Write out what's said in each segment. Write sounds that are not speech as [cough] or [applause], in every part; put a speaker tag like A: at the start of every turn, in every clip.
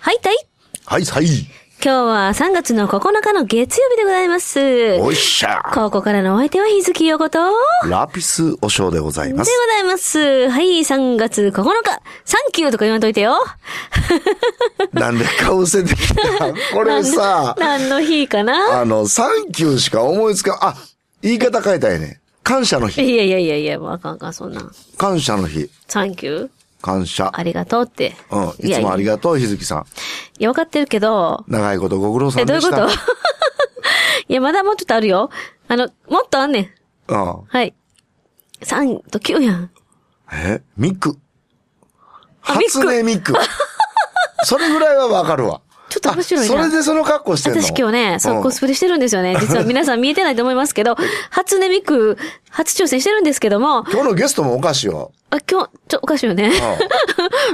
A: はい、たい。
B: はい、はい。
A: 今日は3月の9日の月曜日でございます。
B: おっしゃ
A: ここからのお相手は日月横と、で
B: ラピスおしょうでござい
A: ご
B: ます。
A: ざいます。はい、3月9日、サンキューとか言わんといてよ。
B: なんで顔伏せてきたこれさ、
A: 何の日かな
B: あの、サンキューしか思いつか、あ、言い方変えたいね。感謝の
A: い
B: 日。
A: やいやいやいや、もうあかんあかん、そんなん。
B: 感謝の日。
A: サンキュー
B: 感謝。
A: ありがとうって。
B: うん。いつもあり
A: が
B: がとう、日月さん。
A: とう。いや、わかってるけど、
B: 長いことご苦労さ
A: え、
B: ん
A: どうい
B: で
A: うこ
B: し
A: と [laughs]
B: た。
A: いや、まだもうちょっとあるよ。あの、もっとあんねん。
B: とうん。
A: はい。3と9やん。
B: えミク。
A: あミク
B: 初音
A: [laughs]
B: ミク。それぐらいはわかるわ。
A: ちょっと面白いな
B: あそれでその格好してんの
A: 私今日ね、そう、コスプレしてるんですよね。
B: [laughs]
A: 実は皆さん見えてないと思いますけど、初音ミク、初挑戦してるんですけども、
B: 今日のゲストもおかしいよ。
A: あ、今日、ちょ、おかしいよね。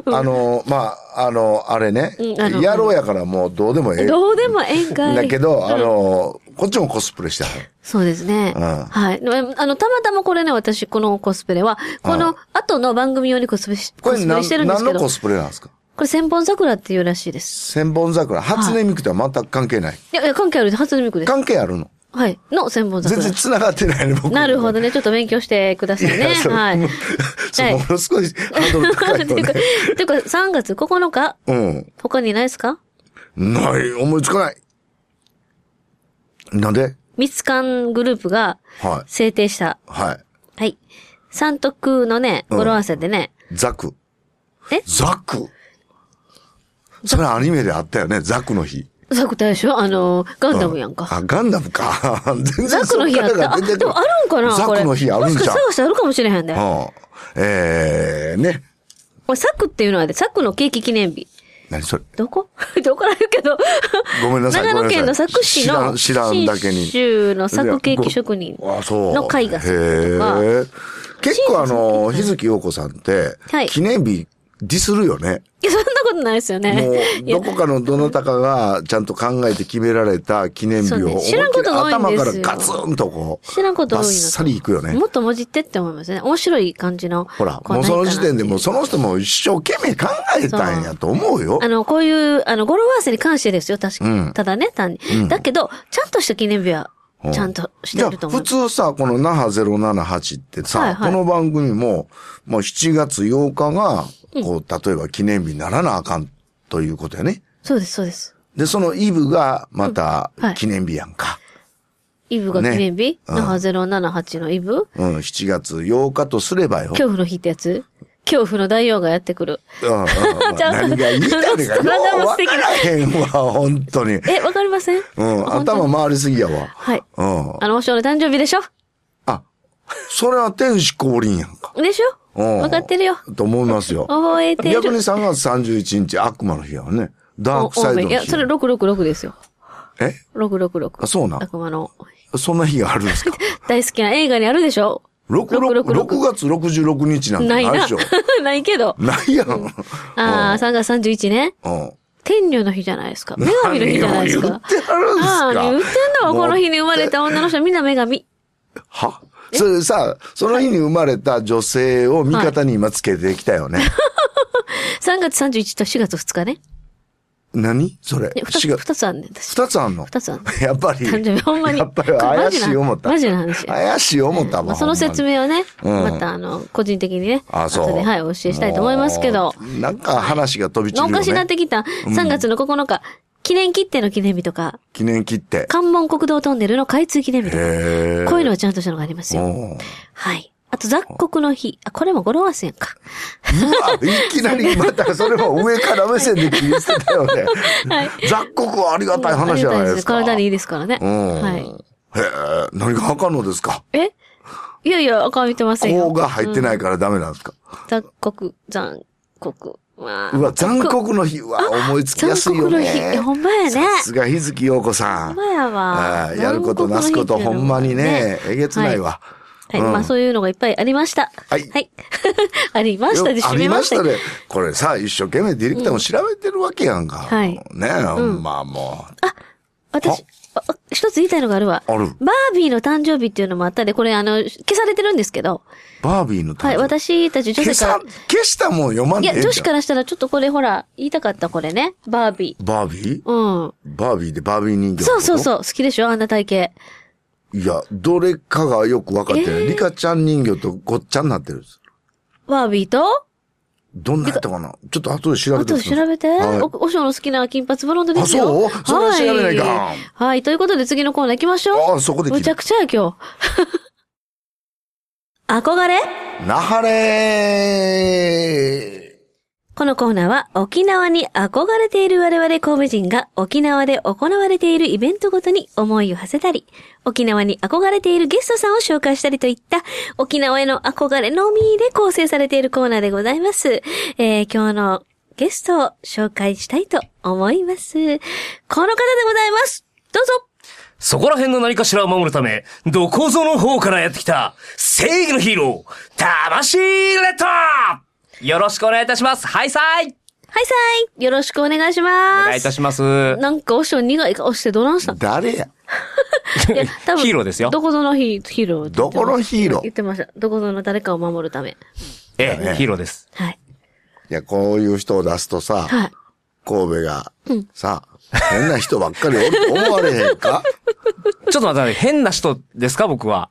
B: うんあの、まあ、あの、あれね
A: うんあの。
B: やろうやからもうどうでもええ。
A: どうでもええんかい。
B: だけど、あの、こっちもコスプレしてはる。
A: そうですね。
B: うん
A: はい。でもあの、たまたまこれね、私、このコスプレは、この後の番組用にコスプレしコ
B: これ
A: スプレ
B: 何
A: してるんです
B: 何
A: け
B: の
A: ど、
B: コ
A: こ
B: スプレなんですか
A: れ千本桜っていうらしいです。
B: 千本桜。初音ミクとは全く関係ない。
A: いや、いや関係ある初音ミクです。
B: 関係あるの
A: はい。の千本
B: 全
A: 桜。
B: 然繋がってないね、僕。
A: なるほどね。ちょっと勉強してください
B: [laughs]
A: ね。
B: それ
A: はい。
B: もそうものすごいハードル高い
A: て [laughs]
B: よ
A: いうか、
B: ね。
A: ていうか3月9日、
B: うん。
A: 他にないですか
B: ない、思いつかない。なんで
A: ミツカングループが
B: は
A: 制定した。
B: い。はい。
A: はい。三徳のね、
B: うん
A: 語呂合わせでね、
B: ザク。
A: え
B: ザクそれアニメであったよね、ザクの日。
A: ザク大でしょあの、ガンダムやんか。
B: あ、ガンダムか。 [laughs] 全然
A: ザクの日やっ
B: そっか
A: た。
B: らが
A: あ、
B: 出てく
A: でもあるんかな
B: ザ
A: これ。
B: クの日ある
A: も
B: ん
A: し
B: じ
A: か
B: ゃん。
A: 探したらあるかもしれへんね。
B: うん。えー、ね。
A: これザクっていうのはね、ザクのケーキ記念日。
B: 何それ。
A: どこ [laughs] どこら言うけど。
B: ごめんなさい。
A: 長野県の
B: ごめん
A: 佐
B: なさ
A: 久
B: い
A: 市の、
B: 知らん、知らんだけ
A: 信
B: に。
A: 州の佐久ケーキ職人
B: あ、そう。
A: の会が
B: へ
A: するとか。
B: ー結構あの、日月陽子さんって
A: はい、
B: 記念日、ディスるよね。
A: いや、そんなことないですよね。
B: もう、
A: いや
B: どこかのどなたかがちゃんと考えて決められた記念日
A: そ
B: を
A: う、ね知らんことが多いん
B: 思
A: で
B: いっきり
A: すよ
B: 頭からガツンとこう、
A: 知らんこと多い
B: バ
A: な
B: ッ
A: と
B: サリいくよね。
A: もっともじってって思いますね。面白い感じの。
B: ほら、
A: こ
B: もうその時点でもう
A: う
B: その人も一生懸命考えたんやと思うよ
A: ないかなっていう。あの、こういう、あの、語呂合わせに関してですよ、確かに。
B: うん
A: ただね、単に、だけど、ちゃんとした記念日は
B: う、ん
A: ちゃんとし
B: じ
A: て
B: ゃあ
A: ると思う。
B: 普通さ、この那覇078ってさ、
A: はいはい
B: この番組も、もう7月8日が、こう、例えば記念日にならなあかんということやね。
A: そうです、そうです。
B: で、そのイブがまた
A: うんはい
B: 記念日やんか。
A: イブが記念日、
B: うん
A: 那覇078のイブ
B: うん、7月8日とすればよ。
A: 恐怖の日ってやつ恐怖の大王がやってくる。
B: うんうんう
A: [laughs]
B: ん
A: ちゃう
B: 何が言いたい
A: [laughs]
B: のか、ようわからへんわ、本当に。
A: え、わかりません
B: うん、
A: 本当に
B: 頭回りすぎやわ。
A: はい。
B: うん。
A: あの、お正の誕生日でしょ
B: あ、それは天使降臨やんか。
A: でしょ
B: うん
A: わかってるよ。
B: と思いますよ。
A: 覚えてる。
B: 逆に3月31日、悪魔の日やわね。ダークサイド
A: お
B: の
A: 多めいや、
B: 日。
A: それ666ですよ。
B: え
A: 666。
B: あそうなん
A: 悪魔の。
B: そんな日がある
A: [laughs]
B: んですか
A: 大好きな映画にあるでしょ
B: ?6、6、6月66日なんてな
A: ない
B: い
A: な
B: でしょ。。
A: [laughs] ないけど。
B: ないやん。
A: ああ、3月31ね。
B: うん。
A: 天女の日じゃないですか。女神の日じゃないです
B: 何を言
A: か
B: っ。てはるんです
A: ああ
B: か
A: ー、言ってんだわ、この日に生まれ
B: も
A: た女の人、みんな女神。
B: うはそれさ、その日に生まれた女性を味方に今つけてきたよね。
A: 3月31と4月2日ね。
B: 何それ。
A: ね、2つ、
B: 違う
A: 二つあんねん、私。
B: 二つあんの
A: 二つあんねん。
B: やっぱり。
A: 誕生日ほんまに
B: [laughs] やっぱり怪しい思った。
A: マジなマジな話
B: 怪しい思ったわ。
A: まあ、その説明をね、
B: うん
A: また、あの、個人的にね、
B: あ、そう。
A: 後で、はい、お教えしたいと思いますけど
B: も、う。なんか話が飛び散
A: お
B: るよ
A: かしなっ
B: ね。
A: てきた3月の9日、記念切手の記念日とか、
B: 記念切って。
A: 関門国道トンネルの開通記念日とか、
B: へえ。
A: こういうのはちゃんとしたのがあります
B: う
A: よ。
B: んうわ、
A: はい。あと、雑穀の日。あ、これも語呂合わせやんか。
B: いきなりまたそれも上から目線で切り捨てた
A: [laughs]
B: よね。雑穀はありがたい話じゃないですか。
A: ありがたいですね体にいいですからね。
B: うん。
A: はい。
B: へえ、何があかんのですか
A: えいやいや、赤見てませんよ。
B: こうが入ってないからダメなんですか、
A: 雑穀、残酷。ま
B: うわ、残酷の日は思いつきや
A: 残
B: すい
A: 酷
B: よ
A: の
B: ね。
A: 日。えほんまやね。
B: さすが日月陽子さ
A: ほんま
B: ん。
A: やわ
B: あ。ーやることなすことほんまにね、えげつない
A: は
B: わ。
A: い。はい。まあ、そういうのがいっぱいありました。
B: はい
A: はい。 [laughs] ありま
B: よ
A: したで
B: あ
A: 締め
B: り
A: ま
B: ま
A: し
B: したた
A: よ。
B: ね。これさ、一生懸命ディレクターも調べてるわけやんか。
A: はい
B: ねえ、ほんまもう。
A: 私、あ一つ言いたいのがあるわ。
B: ある
A: バービーの誕生日っていうのもあったんで、これあの、消されてるんですけど。
B: バービーの誕生日
A: はい、私たち女
B: 消
A: 子
B: さ
A: か
B: 消したもん読ま
A: ら。
B: ん
A: い
B: でえ
A: や、
B: えんち
A: 女子
B: ゃう
A: からしたらちょっとこれほら、言いたかったこれね。バービ
B: バービー
A: ー。うん。
B: バービーでバービー人形の
A: そ
B: こ
A: う
B: と
A: そうそう。好きでしょあんな体型。
B: いや、どれかがよく分かってない。リカちゃん人形とごっちゃになってるんです。
A: バービーと
B: どんなやったかなちょっと後で調べて
A: 後で
B: ください
A: 調べて。
B: はい
A: お、おしょの好きな金髪ブロンドですよ。
B: あそうそれは調べないか
A: はい。はい、ということで次のコーナー行きましょう。
B: ああ、そこで
A: む
B: 聞い
A: ちゃ
B: た。
A: くちゃや今日。 [laughs] 憧れ
B: なはれ
A: このコーナーは沖縄に憧れている我々神戸人が沖縄で行われているイベントごとに思いを馳せたり、沖縄に憧れているゲストさんを紹介したりといった沖縄への憧れのみで構成されているコーナーでございます。えー今日のゲストを紹介したいと思います。この方でございます。どうぞ
C: そこら辺の何かしらを守るため、どこぞの方からやってきた、正義のヒーロー、魂レッドよろしくお願いいたします。はいさ
A: は
C: い
A: いさいよろしくお願いし
C: お
A: ます。
C: 願いいたします。
A: なんか、おしょ苦い顔してどなん
C: [laughs]
A: したん
B: 誰や
A: いや、多分。
C: ヒーローですよ
A: どこぞのヒヒーローって言
B: ど
A: ってました。
B: このヒーロー
A: 言っ
B: い
A: てました。どこぞの誰かを守るため。
C: え
B: ね
C: え、ヒーローです。
A: はい。
B: や、こういう人を出すとさ、
A: はい。 [laughs]
B: 神戸が、さ、変な人ばっかりおると思われへん
A: [laughs]
B: か
C: ちょっと待って、変な人ですか僕は。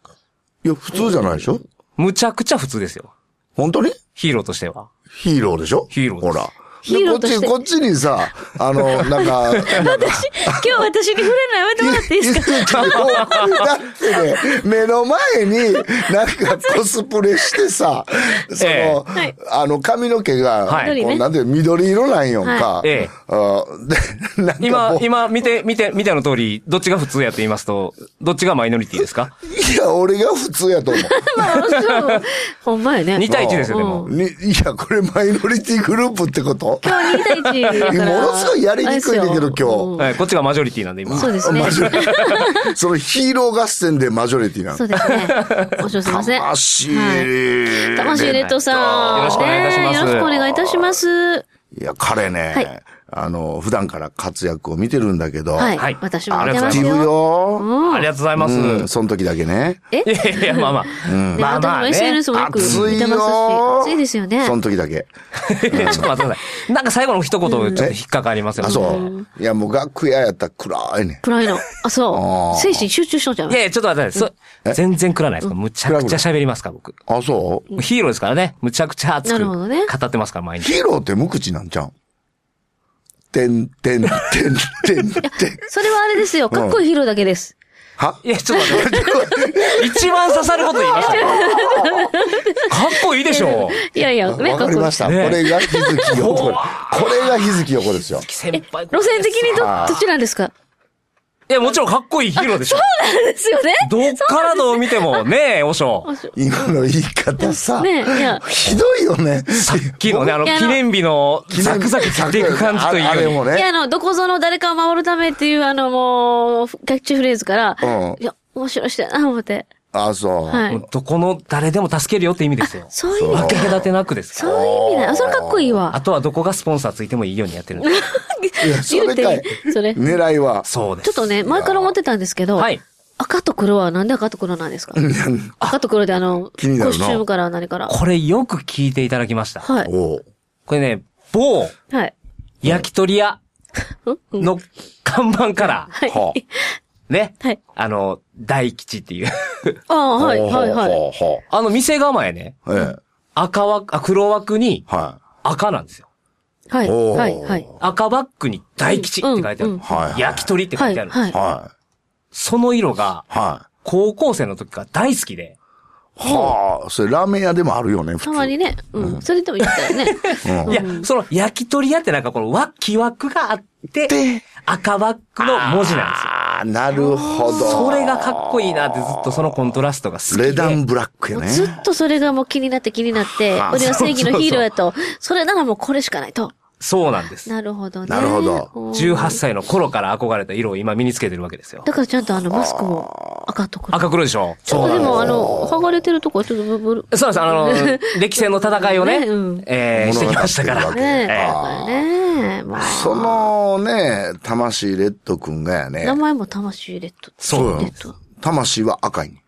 B: いや、普通じゃないでしょ
C: むちゃくちゃ普通ですよ。
B: 本当に
C: ヒーローとしては。
B: ヒーローでしょ
C: ヒーローで
B: ほ
C: す
B: ら。
A: ヒーローとして
B: でこっち、こっちにさ、あの、なんか、
A: 私、今日私に触れるのやめてもらっていい
B: [laughs]
A: ですか
B: いやいやだってね、目の前になんかコスプレしてさ、その、
C: え
A: はい
B: あの髪の毛が、
C: はい
B: こう
A: 緑ね
B: なんていうの緑色なんよんか。
C: はいええ
B: あで、なんか
C: 今
B: も、う
C: 今、見て、見て、見ての通り、どっちが普通やと言いますと、どっちがマイノリティですか
B: いや、俺が普通やと思う。
A: まあ、そう。ほんまやね。
C: ?2 対1ですよ、で
A: う
C: も
A: ん。
B: にいや、これマイノリティグループってこと
A: 今日2対1やから。
B: ものすごいやりにくいねんけど
A: あれですよ
C: ええこっちがマジョリティなんで、
A: うん
C: 今。
A: そうですね
B: マ。ジョリティ [laughs] そのヒーロー合戦でマジョリティな
A: そう
B: の。
A: ですね。おしょすいません。
B: 魂、
A: は魂レッドさん。
C: よろしくお願いいたします
A: ねよろしくお願いいたします。
B: いや、彼ね、
A: はい
B: あの、普段から活躍を見てるんだけど、
A: はい。
C: はい
A: 私も
C: あ
A: 見
C: り
A: て
C: がとう
A: ます
C: ご
B: 自
C: ざい
A: よ。
B: 由よ。
A: うん
C: ありがとうございます。
B: うん、その時だけね。
A: え
C: いやいや、まあまあ。
A: ね
C: まあまあね
A: 私も SNS もよく
B: 暑
A: 見
B: い
A: てますし。
B: よ。
A: 暑いですよね
B: そ。の時だけ。
C: ちょっと待ってください。なんか最後の一言、ちょっと引っかかりますよ
B: あ、
C: ね。
B: そう。いや、もう楽屋やったら暗いねん。
A: 暗いの。あ、そ
B: あ
A: う。
B: ー
A: 精神集中しとんじゃん
C: い。やいや、ちょっと待ってくださいそう。全然食らないですかむちゃくちゃ喋りますから、僕。
B: あ、そう
C: ヒーローですからね。むちゃくちゃ熱
A: な
C: く
A: るほどね
C: 語ってますから、毎日。
B: ヒーローって無口なんちゃうんてんてんてんてんてん。
A: それはあれですよ。かっこいいヒーローだけです。
B: はい
C: や、ちょっと待って。一番刺さること言いま
A: [laughs]
C: したよ。かっこいいでしょ。
A: いやいや、ね、
B: わ
A: か
B: か
A: っ
B: り
A: こいい
B: まし。た。こ
C: ね
B: れが日月横これ。これが日月横ですよ。
C: 先輩。
A: 路線的にど、どっちなんですか
C: いや、もちろんかっこいいヒーローでしょ。
A: そうですよね。
C: どっからどう見ても、ねえ、おしょ。
B: 今の言い方さ、
A: ねえいや
B: ひどいよね。
C: さっきのね、あ
B: [laughs]
C: の、
A: いやあの
C: 記念日のザクザク切っていく感じとい
B: ああ
C: う
B: れ
C: より。
B: も
A: いや、
B: ね。
A: あの、どこぞの誰かを守るためっていう、あの、もう、キャッチフレーズから、
B: うん
A: いや、面白い人やな、思って。
B: あ、そう。
A: はい
C: もうどこの誰でも助けるよって意味ですよ。
A: そういう意味
C: 分
A: か。
C: け隔てなくですから
A: そういう意味だ。あ、それかっこいいわ
C: あ。とはどこがスポンサーついてもいいようにやってるんです。
B: いやそれかい
A: 言うていいそれ
B: 狙いは。
C: そうです。
A: ちょっとね、前から思ってたんですけど、
C: はい
A: 赤と黒はなんで赤と黒なんですか赤と黒であの、コスチ
B: 気になるな
A: ュームから何から。
C: これよく聞いていただきました。
A: はい。
B: おう
C: これね、某
A: はい。
C: 焼き鳥屋の看板から、
B: は
C: ね、
A: はい
C: あの、大吉っていう。
A: ああ、
B: あ
A: はい、はい、はい。
B: はあは
C: あの、店構えね、
B: あええ。
C: 赤枠、あ黒枠に
B: は
C: 赤なんですよ。
A: はい、
B: おー
A: はい、はい。
C: 赤バッグに大吉って書いてある。
A: うんうん
B: はいはい。
C: 焼き鳥って書いてある。
A: はい
B: はい。
C: その色が、
B: は
C: 高校生の時から大好きで、
B: い。はあ、それラーメン屋でもあるよね、普通。
A: たまにね、うん、それでもいいからね。
C: いや、その焼き鳥屋ってなんかこの脇枠があって、赤バッグの文字なんですよ。
B: ああ、なるほど。
C: それがかっこいいなってずっとそのコントラストが好きで。
B: レダンブラックや
A: もう
B: ね。
A: ずっとそれがもう気になって気になって、
B: はあ
A: 俺は正義のヒーローやと、それならもうこれしかないと。
C: そうなんです。
A: なるほどね。
B: なるほど
A: うん
C: 18歳の頃から憧れた色を今身につけてるわけですよ。
A: だからちゃんとあのマスクも赤と黒。
C: 赤黒でしょ
A: ちょっとでも、あの、剥がれてるとこはちょっとブブル。
C: そうなんです。
A: [laughs]
C: あの、歴戦の戦いを
A: ね
C: ね
A: うん、
C: えーしてきましたか
B: 物
C: ら
B: 語。ってるわ
A: ねえ。
C: ええ
A: そうだねまあ。
B: そのね、魂レッドくんがやね
A: 名。前も魂レッド。
B: そう
A: レッド。
B: 魂は赤いね。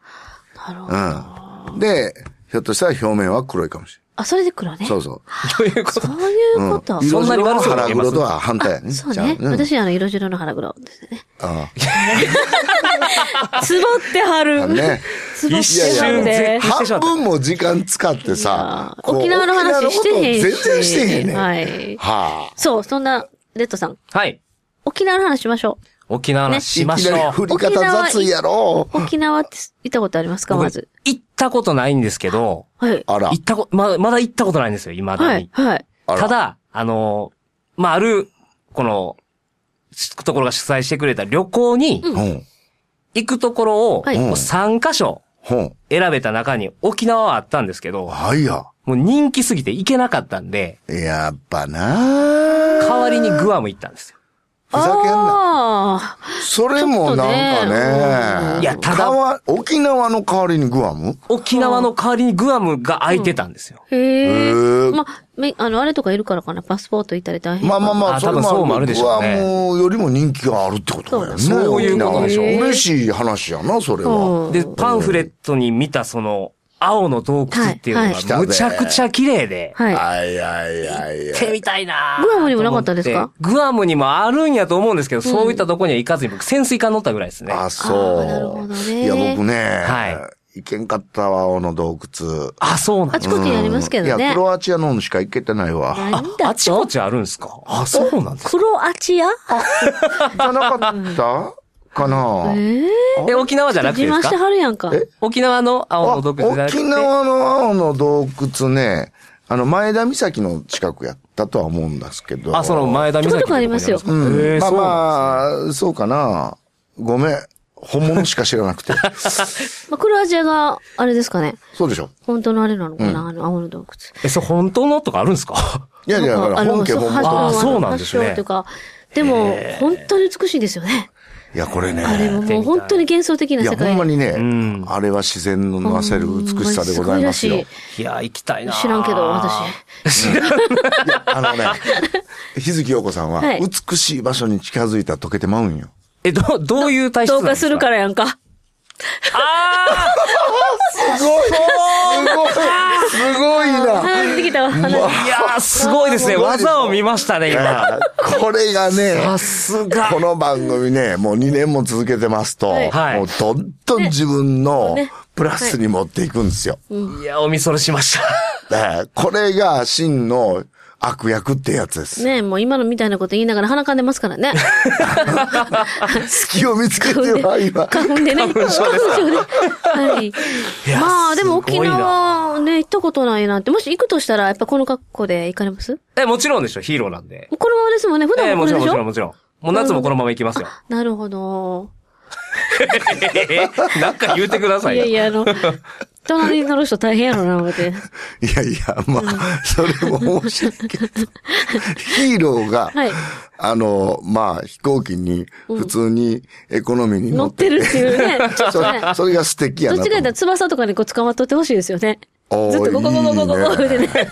A: なるほど。
B: うん。で、ひょっとしたら表面は黒いかもし
A: あ、それで黒
B: れ
A: ね。。
B: ん。そうそう。
C: ということ。
A: そういう
B: う
A: こと。
B: ん。色
C: そんなに
B: 白の
C: 悪そうに
B: 腹
C: 見えます
B: 黒とは反対やね。
A: そう
B: じゃあ
A: ね。
B: ん
A: 私、あの、色白の腹黒です
C: [laughs]
A: ね。
B: あ
A: つぼっては
B: あ
A: る。
B: ね。
A: つぼって
C: 一
A: はる
C: 瞬
A: で
C: 絶。
A: [laughs]
B: 半分も時間使ってさ、こう
A: 沖縄の話してへんし。
B: 沖縄のこと全然してへんねん。は
A: はい。
B: あ。
A: そう、そんな、レッドさん。
C: はい。
A: 沖縄の話しましょ
C: 沖縄の話しまし
B: いきな
C: ょ
B: り振
C: う。
B: り方雑いやろ。
A: う。沖縄って行ったことありますか、まず。
C: 僕行ったことないんですけど、
A: はい。
B: あら
C: 行っ。たこ、ま、まだ行ったことないんですよ、未だ
A: は
C: に
A: い。。はい。
B: あら
C: ただ、あの、まあ、ある、この、しところが主催してくれた旅行に、
B: うん。
C: 行くところを、
A: はい
B: うん
C: 3カ所
B: ほん。
C: 選べた中に沖縄はあったんですけど、
B: はいや。
C: もう人気すぎて行けなかったんで、
B: やっぱな
C: 代わりにグアム行ったんですよ。
B: ふざけんな。
A: ああ。
B: それもなんか
A: う
B: ね。
A: ん
C: いやただ
B: 代わ沖縄の代わりにグアム
C: 沖縄の代わりにグアムが空いてたんですよ。
A: へえ。
B: へえ
A: ま、めあの、あれとかいるからかな。パスポートいたり大変。
B: まあまあまあ、
C: あ
B: それ
C: 多分そうもあるでしょうね
B: グアムよりも人気があるってことだよね。
A: そう
C: そういうことでしょ
B: 沖縄は嬉しい話やな、それは。
A: うん
C: で、パンフレットに見たその、青の洞窟っていうの
A: はい
B: は
C: が、
B: い
C: むちゃくちゃ綺麗で、
A: はい。
B: あいやいやいや
C: 行っ。てみたいなぁ
A: グアムにもなかったですか
C: と思ってグアムにもあるんやと思うんですけど、そういったとこには行かずに、僕潜水艦乗ったぐらいですね。
B: あ、そう。
A: あーなるほどね
B: いや、僕ね、。
C: はい
B: けんかったわ、青の洞窟。
C: あ、そ
A: あ
C: うなんだ
A: ちこちにありますけど
B: いや、
A: ね
B: ク。ロアチアのしか行けてないわ。
A: 何だ
C: あちこちあるんですかあ、そうなんですか
A: クロアチア
B: じゃなかったかな
A: ええ。
C: え、沖縄じゃなく
A: 自
C: てで
A: 慢
C: す
A: して
C: か
A: はるやんか。
B: え
C: 沖縄の青の洞窟じゃ
B: あ
C: なくて。
B: 沖縄の青の洞窟ね、あの、前田岬の近くやったとは思うんですけど。
C: あ、その前田
A: ちょ
C: 岬
A: こちょこありますよ
B: うん
C: へえ
B: まあ
C: そう
B: まあ、そうかな。ごめん。本物しか知らなくて。
A: まあ、クロアチアが、あれですかね。
B: そうでしょ。
A: 本当のあれなのかなあの、青の洞窟。
C: え、それ本当のとかあるんですか
B: いやいや、だから本家
A: そう
B: 本
A: 発祥
C: あ
B: 物。
C: そうなんですね
A: 発祥というか、でも、本当に美しいんですよね。
B: いや、これ
A: あれ
B: ね。
A: ももう本当に幻想的ない
B: や、
A: 世
B: ほん
A: 界。
B: まにね
C: ん、
B: あれは自然のなせる美しさでございますよ
A: ほん。
C: [laughs] いや、行きたいな
A: まにすごいらしい知らんけど、私。
B: あのね、日月陽子さんは
A: はい、
B: 美しい場所に近づいたら溶けてまうんよ。
C: え、ど、どういう体質な
A: どうん
C: で
A: か
C: すか
A: するからやんか。
C: あ
B: すごいすごいすごいな
A: 話してきたわ、話してき
C: ーいやー、すごいですね。
B: うわ
C: 技を見ましたね、
B: い
C: 今。
B: やこれがね、
C: さすが。
B: この番組ね、もう2年も続けてますと、
A: はい
C: はい
B: もうどんどん自分の
A: ね
B: プラスに持っていくんですよ。
C: いや、おみそれしました。
B: だからこれが真の悪役ってやつ
A: た
B: です。
A: ねえもう今のみたいなこと言いながら鼻かんでますからね。
B: 隙を見つけては今。
A: 噛んでね。花粉症で。はい。
C: や
A: まあ、でも沖
C: すごいな
A: 縄ね、行ったことないなって。もし行くとしたら、やっぱこの格好で行かれます
C: え、もちろんでしょ、ヒーローなんで。
A: このままですもんね。普
C: え
A: 段
C: も
A: もこ
C: ち
A: れ
C: ろん、
A: で
C: も
A: し
C: ちろ
A: ょ
C: ん、もちろん。もう夏もこのまま行きますよ。
A: なるほど。
C: え [laughs] なんか言うてくださ
A: い
C: いよ
A: やいや、あの、隣の人大変やろな、思って。
B: いやいや、まあ、それも面白いけど。ヒーローが、
A: [laughs] はい
B: あの、まあ、飛行機に、普通にエコノミーに乗
A: 乗
B: っ、
A: っててるっていうね。ちょっと
B: そ
A: ね。
B: れそれが素敵や
A: どっ
B: な
A: ちか言
B: と思
A: ったら翼とかにこう捕まっとってほしいですよね。ず
B: おー
A: っとゴゴゴゴゴゴゴ
B: いい
A: で
B: ね
A: ね。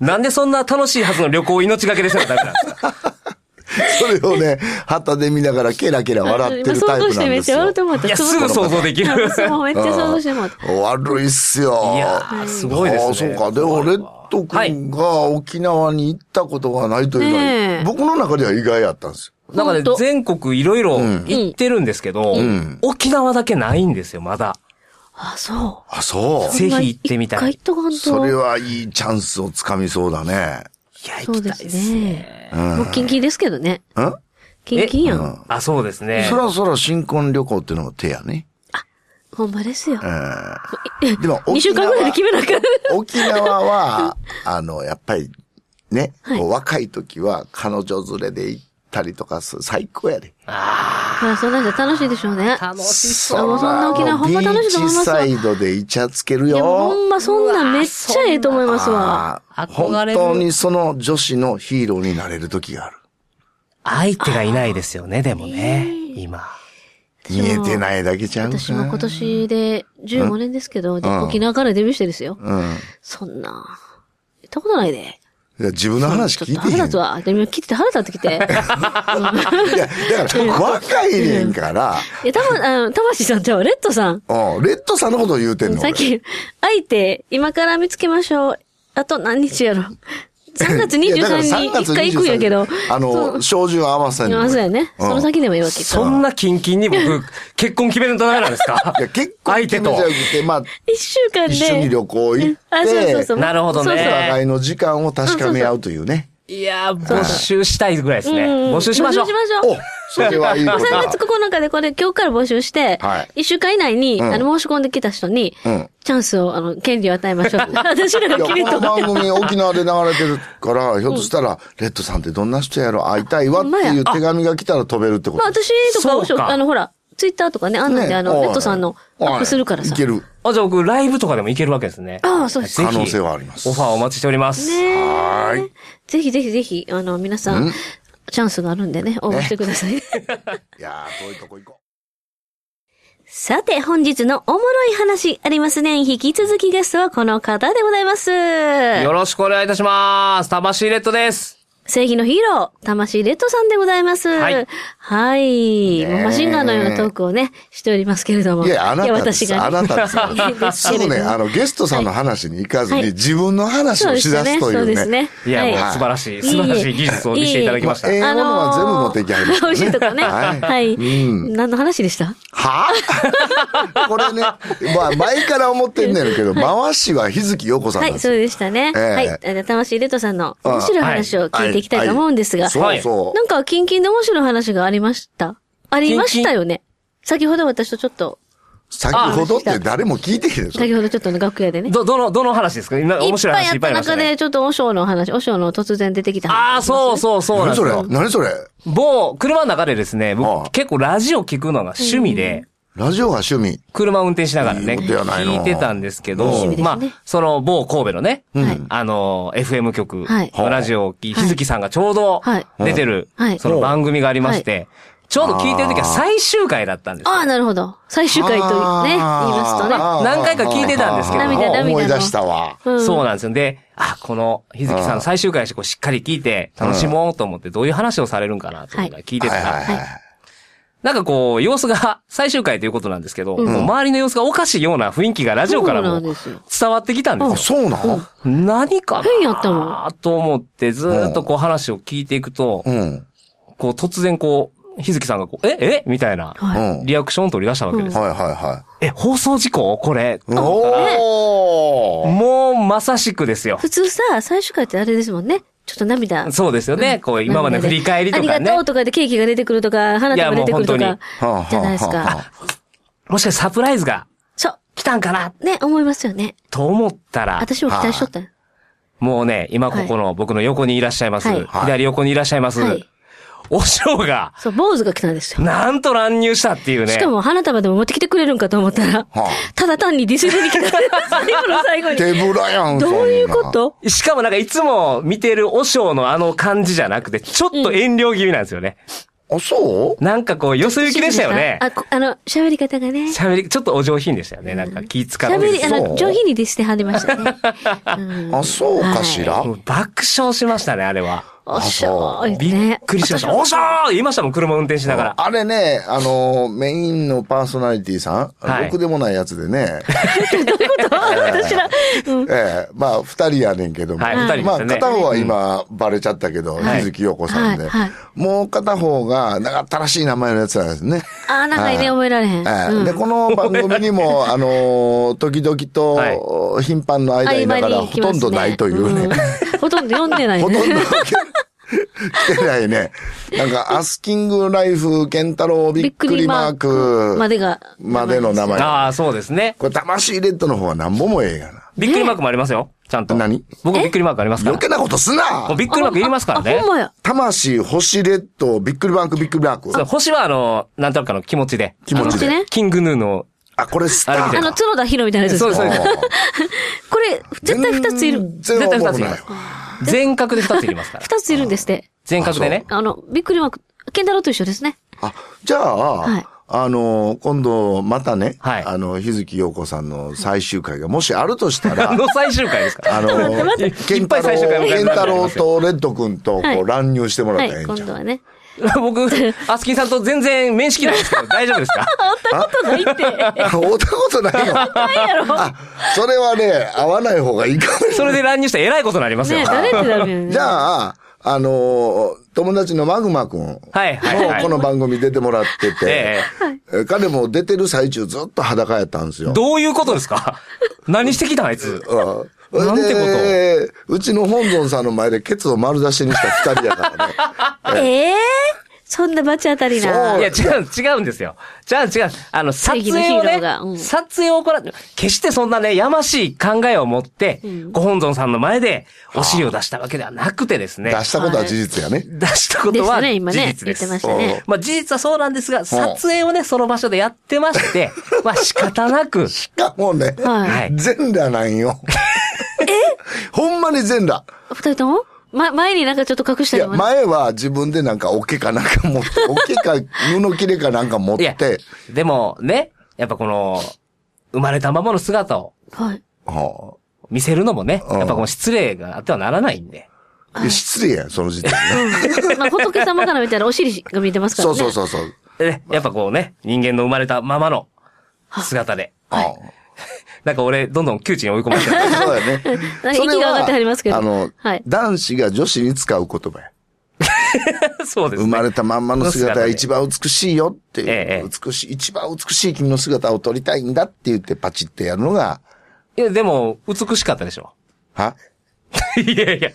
C: なんでそんな楽しいはずの旅行を命がけでせなダメなんですか
B: う。 [laughs] それをね、旗で見ながらケラケラ笑って
A: 今
B: る
A: 想
B: タイ
A: 像
B: プ
A: し
B: な
A: て
B: ん
A: めっち
B: です
A: ゃ
B: よ
A: 笑っ。てもらった。
C: いや、すぐ想像できる。
A: そうめっちゃ想像してもらった。
B: 悪いっすよ。
C: いやー、すごいですね。
B: ああ、そうか。でも、レッド君が沖縄に行ったことがないというのは、
A: ねえ
B: 僕の中では意外やったんですよ。
C: なんかね
A: 本当、
C: 全国いろいろ行ってるんですけど、沖縄だけないんですよ、まだ。
A: あ、そ。
B: あ、そう
C: ぜひ行ってみたい
A: 一回行っとかんと。
B: それはいいチャンスをつかみそうだね。
C: いや、行
A: そう
C: き
A: で
C: たいです
A: す
C: ね。
A: ね。もうキンキンですけどね。
B: ん
A: キンキンやん。
C: あ、そうですね
B: そ。らそら新婚旅行っていうのも手やね。
A: ほんまですよ。
B: でも
A: 二週間ぐらいで決めなきゃ。
B: 沖縄
A: [laughs]
B: は、あの、やっぱり、ね、こう若い時は彼女連れで行ったりとかする、最高やで。
A: まあ、そんなんじゃ楽しいでしょうね。
C: 楽し
B: ら
A: もうそんな沖縄ほんま楽しいと思いますわ
B: ビーチサイドでイチャつける
A: いや、もう
B: よ。
A: ほんまそんなんめっちゃええと思いますわ。
B: あ
C: あ
B: あ
C: 憧
B: 本
C: れる
B: 当にその女子のヒーローになれる時がある。
C: 相手がいないですよね、でもね、今。
A: 私
B: 見えて
A: い。
B: ないだけちゃうか。
A: 私も今年で15年ですけど、で
B: うん
A: 沖縄からデビューしてですよ。
B: うん。
A: そんな、言ったことないで。
B: いや自分の話聞い
A: ちょっと
B: てへ
A: 腹
B: ん。
A: 立つわ。でも聞いてて腹立ってき
B: [laughs]
A: て。うん
B: いや、だから、若いねんから、
A: いや、たぶん、あの、魂さんじゃあ、レッドさん。
B: うん、レッドさんのことを言うてんの。
A: さっき、相手、今から見つけましょう。あと何日やろ。3月23
B: いやだから
A: 日に
B: 3月
A: 一回行くんやけど。
B: あの、照準合わせんの
A: まあそうやね。その先でもいいわけ
C: そ
A: か。
C: んなキンキンに僕、結婚決めるのダメなんですか
B: いや、結構、
C: 相手と。
B: て、まあ、
A: 一週間で。
B: 一緒に旅行行って
A: あ、そうそうそう。
C: なるほどね
A: そうそう
B: お互いの時間を確かめ合うというね。
C: いやー、募集したいぐらいですね。
A: うん
C: 募集しましょう
A: 募集。しましょ
B: お
A: う。、
B: それはいいこと
A: 3
B: だ
A: 月。9日でこれ今日から募集して、
B: はい
A: 一週間以内に、
B: うん
A: あの、申し込んできた人に、
B: うん
A: チャンスを、あの、権利を与えましょ
B: [laughs]
A: う。私ら
B: い
A: が
B: や、こ
A: 決めと
B: の番組沖縄で流れてるから、ひょっとしたら、レッドさんってどんな人やろ会いたいわっていう手紙が来たら飛べるってこ
A: まあ
B: と。
A: 私とか、
C: そうか
A: あの、ほら、ツイッターとかね、あんなんで、あの、
B: ね
A: レッドさんのア
B: おい
A: ップするから
B: おい
A: さ。
B: いける
C: あ、じゃあ僕、ライブとかでも行けるわけですね。
A: ああ、そうです。
B: 可能性はあります
C: オ。ファーお待ちしております。
A: ねえ
B: はーい。
A: ぜひぜひぜひ、あの、皆さん、チャンスがあるんでね、応募してください。 [laughs]
B: いやー、遠いとこ行こ
A: さて、本日のおもろい話ありますね。引き続きゲストはこの方でございます。
C: よろしくお願いいたします。魂レッドです。
A: 正義のヒーロー、魂レッドさんでございます。
C: はい。
A: はい。
B: ねえ
A: もうマシンガンのようなトークをね、しておりますけれども。
B: う。いや、あなたで
A: 私
B: す。
A: がね、
B: あなた
A: [laughs]
B: です。
A: です
B: す
A: けれ
B: ぐ
A: ど
B: ね、あの、ゲストさんの話に行かずに、
A: はい
B: 自分の話
A: そう
B: を
A: で
B: し
A: す
B: だす
A: ね。
B: とい
A: そう
B: う
A: です
B: ね
A: ね。。
C: いや、もう
A: は
C: 素晴らしい、
A: い
C: 素晴らしい技術を見せていただきました。
B: いえいえまあええものは全部持っていきはりました
A: 美
B: ね
A: 味しいとこね。
B: はい
A: はい。何の話でした
B: はぁ [laughs] これね、まあ、前から思ってんねんけど、回しは日月陽子さん
A: はい、
B: なんです
A: そ
B: よ
A: う。でしたね。
B: ええ
A: はい。あの魂レッドさんの面白い話を聞いていきたいと思うんですが。
B: そうそ
A: なんか、キンキンで面白い話がありました。ありましたよね。先ほど私とちょっと、
B: う。先ほどって誰も聞いてへんでしょ
A: 先ほどちょっとの楽屋でね。
C: ど、どの、どの話ですか今、面白い話いっぱいありまし
A: 中
C: たね。
A: で、ちょっと、お尚の話、お尚の突然出てきた話。
C: ああ、そうそうそうな
B: 何
C: んです
B: それ
C: よ。
B: 何それ
C: 某、車の中でですね、
B: ああ
C: 僕、結構ラジオ聞くのが趣味で、
B: ラジオが趣味。
C: 車運転しながら
B: いい
C: ね、
B: ことやないの
C: 聞いてたんですけど
B: 趣
A: 味で、すね
C: まあ、その某神戸のね、
A: はい
C: あの、FM 局
A: はい
C: のラジオを聞き、日月さんがちょうど
A: はい
C: 出てる
A: はい、
C: その番組がありまして、ちょうど聞いてる時は最終回だったんですよ
A: ああ、なるほど。最終回とね、言いますとね。
B: あー
C: 何回か聞いてたんですけども
A: 涙涙の
B: 思い出したわ。
A: うん
C: そうなんですよ。で、あ、この、日月さんの最終回しこうしっかり聞いて、楽しもうと思って、どういう話をされるんかなと思って聞いてた
B: はい
C: ら、
B: はいはい。
C: なんかこう、様子が、最終回ということなんですけど、こう周りの様子がおかしいような雰囲気がラジオから
A: そうな
C: も
A: んですよ
C: 伝わってきたんですよ
B: あ、。そうなの
C: 何か
A: 変やったも
C: なと思って、ずーっとこう話を聞いていくと、
B: うん。
C: こう突然こう、日月さんがこう、ええみたいな、
B: う
A: はい
B: ん。はい
C: リアクションを取り出したわけです。
B: はいは
C: え、放送事故これ。
B: い。おー
C: もうまさしくですよ。
A: 普通さ、最終回ってあれですもんね。ちょっと涙。
C: そうですよね。こう、今までの振り返りと
A: あ
C: か
A: りがと
C: ね
A: う。とかでケーキが出てくるとか、花
C: い
A: と
C: や
A: か出てくると
C: も
A: か
C: う本、
B: は
A: じゃないです
B: は
A: か。
C: もしかしてサプライズが
A: そ
C: 来たんかな
A: う。ね、思いますよね。
C: と思ったら、
A: 私も期待しとったよ。
C: もうね、今ここの僕の横にいらっしゃいます。
A: はい
C: 左横にいらっしゃいます。
A: はい
C: お嬢が、
A: そう、坊主が来たんですよ。
C: なんと乱入したっていうね。
A: しかも花束でも持ってきてくれるんかと思ったら、
B: は
A: ただ単にディスりに来た。最後の最後
C: [laughs]
B: あ
A: に。
B: 手ぶらやん。
A: どういう
B: そん
A: こ
B: な
A: と
C: しかもなんかいつも見てるお尚のあの感じじゃなくて、ちょっと遠慮気味なんですよね。
B: あ、そう
C: なんかこう、よそ行きでしたよね。
A: あ、こあの、喋り方がね。
C: 喋り、ちょっとお上品でしたよね。なんか気使って。
A: 喋り、あ
B: そ
A: の、
B: う
A: 上品にディスってはりました
C: [laughs]
A: ね。うん
B: あ、そうかしら
C: もう爆笑しましたね、あれは。
A: おっしょーい
C: び
A: ね
C: っ。くりしました。
A: 私
C: お尚言いましたもん、車運転しながら。
B: あれね、あの、メインのパーソナリティさん、
C: はい
B: ろくでもないやつで
C: [laughs]
B: ね、
A: 私ら、うん
B: ええまあ、二人やねんけども、
C: はい二人ですね
B: まあ、片方は今、バレちゃったけど、
C: はい
B: 日月陽子さんで、
A: はいはい
B: もう片方が、なんか新しい名前のやつなんですね。
A: あー、長い
B: はい
A: ね、覚えられへん。
B: ええ
A: うん
B: で、この番組にも、あの、時々と、頻繁の間に
A: 合間
B: ながら、
A: に
B: ほ
A: 来ま
B: と
A: すね
B: んどないというね、
A: うんほとんど読んでない
B: ほとん
A: ね。
B: ど来てないね。なんか、アスキングライフ、ケンタロウ、びっくりマーク、
A: までが。
B: までの名
C: [laughs]
B: 前。
C: ああ、そうですね。
B: これ、魂レッドの方はなんぼもええがな。
C: びっくりマークもありますよ。ちゃんと。
B: 何
C: 僕びっくりマークありますから
B: 余。計なことすな
C: もうびっくりマークいりますから
A: あ
C: ね
A: ほん。まや。
B: 魂、星レッド、びっくりマーク、びっくりマーク
C: そう。星はあの、なんとなくの気持ちで。
B: 気持ち
A: 気持ちね
B: で。
C: あのキングヌーの。
B: あ、これスタ
C: あれ見て
A: あ
B: ー。
A: の、角田博みたいなやつです
C: そう
A: か
C: です、そうです。
A: これ、絶対二ついる。
B: 全然わかんないわ
C: 絶対二つい全角で2ついりますから。
A: 二ついるんですって。
C: 全角でね。
A: あの、びっくりマーク、ケンタロウと一緒ですね。
B: あ、じゃあ、
A: はい
B: あの、今度、またね、
C: はい
B: あの、日月陽子さんの最終回がもしあるとした
C: [laughs]
B: ら、
C: の最終回ですか
B: あの、
C: 待って
B: ケ
C: い
B: ン
C: っ
B: タ
C: ぱい最終回
B: ロウ、
C: 迎
B: ケ
C: える
B: ン
C: こと
B: タ
C: になり
B: ロ
C: ま
B: ウ
C: すよ
B: とレッド君と
A: は
B: こ
A: いう
B: 乱入してもら
A: は
B: ったら
A: い、
B: ええん
A: 今
B: じゃん。
A: 度はね。
C: [laughs] 僕、アスキンさんと全然面識ないですけど、 [laughs] 大丈夫で
A: [laughs]
C: すか
A: ないって。
B: [laughs] 会うたことないの
C: [laughs]
B: あ、それはね、会わない方がいいかもしれない
C: それで乱入したらえらいことになりますよ。
A: ね誰ってなるよね。
B: じゃあ、あの、友達のマグマ君も
C: はいはいはい
B: この番組出てもらってて
C: え、
B: え彼も出てる最中ずっと裸やったんですよ。
C: どういうことですか [laughs] 何してきたんあいつ。
B: うん
C: なんてこと
B: でうちの本尊さんの前でケツを丸出しにした二人やからね。
A: ええそんな罰当たり
B: そ
A: な。
C: い
B: い
C: や、違う、違うんですよ。違う、違う。あの、撮
A: 正義
C: 影
A: の
C: を
A: ヒーロ
C: ね
A: ーがう、ん
C: 撮影を行って、決してそんなね、やましい考えを持って、ご本尊さんの前で、お尻を出したわけではなくてです [laughs] ね
B: 出。したことは事実やね。
C: 出したこ
A: で
C: と
A: す
C: は
A: ね、
C: 事
A: 今ね。
C: 実
A: 言
C: で
A: って
C: す。
A: ましたね。
C: まあ事実はそうなんですが、撮影をね、その場所でやって
B: [laughs]
C: まして、まあ仕方なく、
B: しか [laughs] もね、
A: はい。
C: はい
B: 全裸なんよ。 [laughs] ほんまに全裸。
A: 二人ともま、前になんかちょっと隠し
B: い
A: たり
B: や、
A: もね。
B: 前は自分でなんか桶かなん
A: [laughs]
B: か持って、桶か布切れかなんか持っ
C: いや
B: て、、
C: でもね、やっぱこの、生まれたままの姿を
A: はい。
B: は
C: 見せるのもね、
B: うん
C: やっぱこの失礼があってはならないんで。
B: あいや失礼やん、その時点
A: [laughs]
B: でね。
A: まあ、仏様から見たらお尻が見えてますから
B: そ
A: ね。
B: うそう
A: う。
B: そうそう。
C: でねやっぱこうね、人間の生まれたままの姿で。
B: あ
C: なんか俺、どんどん窮地に追い込まれてる。
B: あそう
A: [laughs]
B: やね。
A: 息が上がってはりますけど
B: あの、
A: はい
B: 男子が女子に使う言葉や。 [laughs]
C: そうです
B: 生
C: ね。
B: まれたまんまの姿が一番美しいよっていう、
C: えええ
B: 美しい、一番美しい君の姿を撮りたいんだって言ってパチってやるのが、
C: いや、でも、美しかったでしょ。
B: [laughs] はい
C: やいや、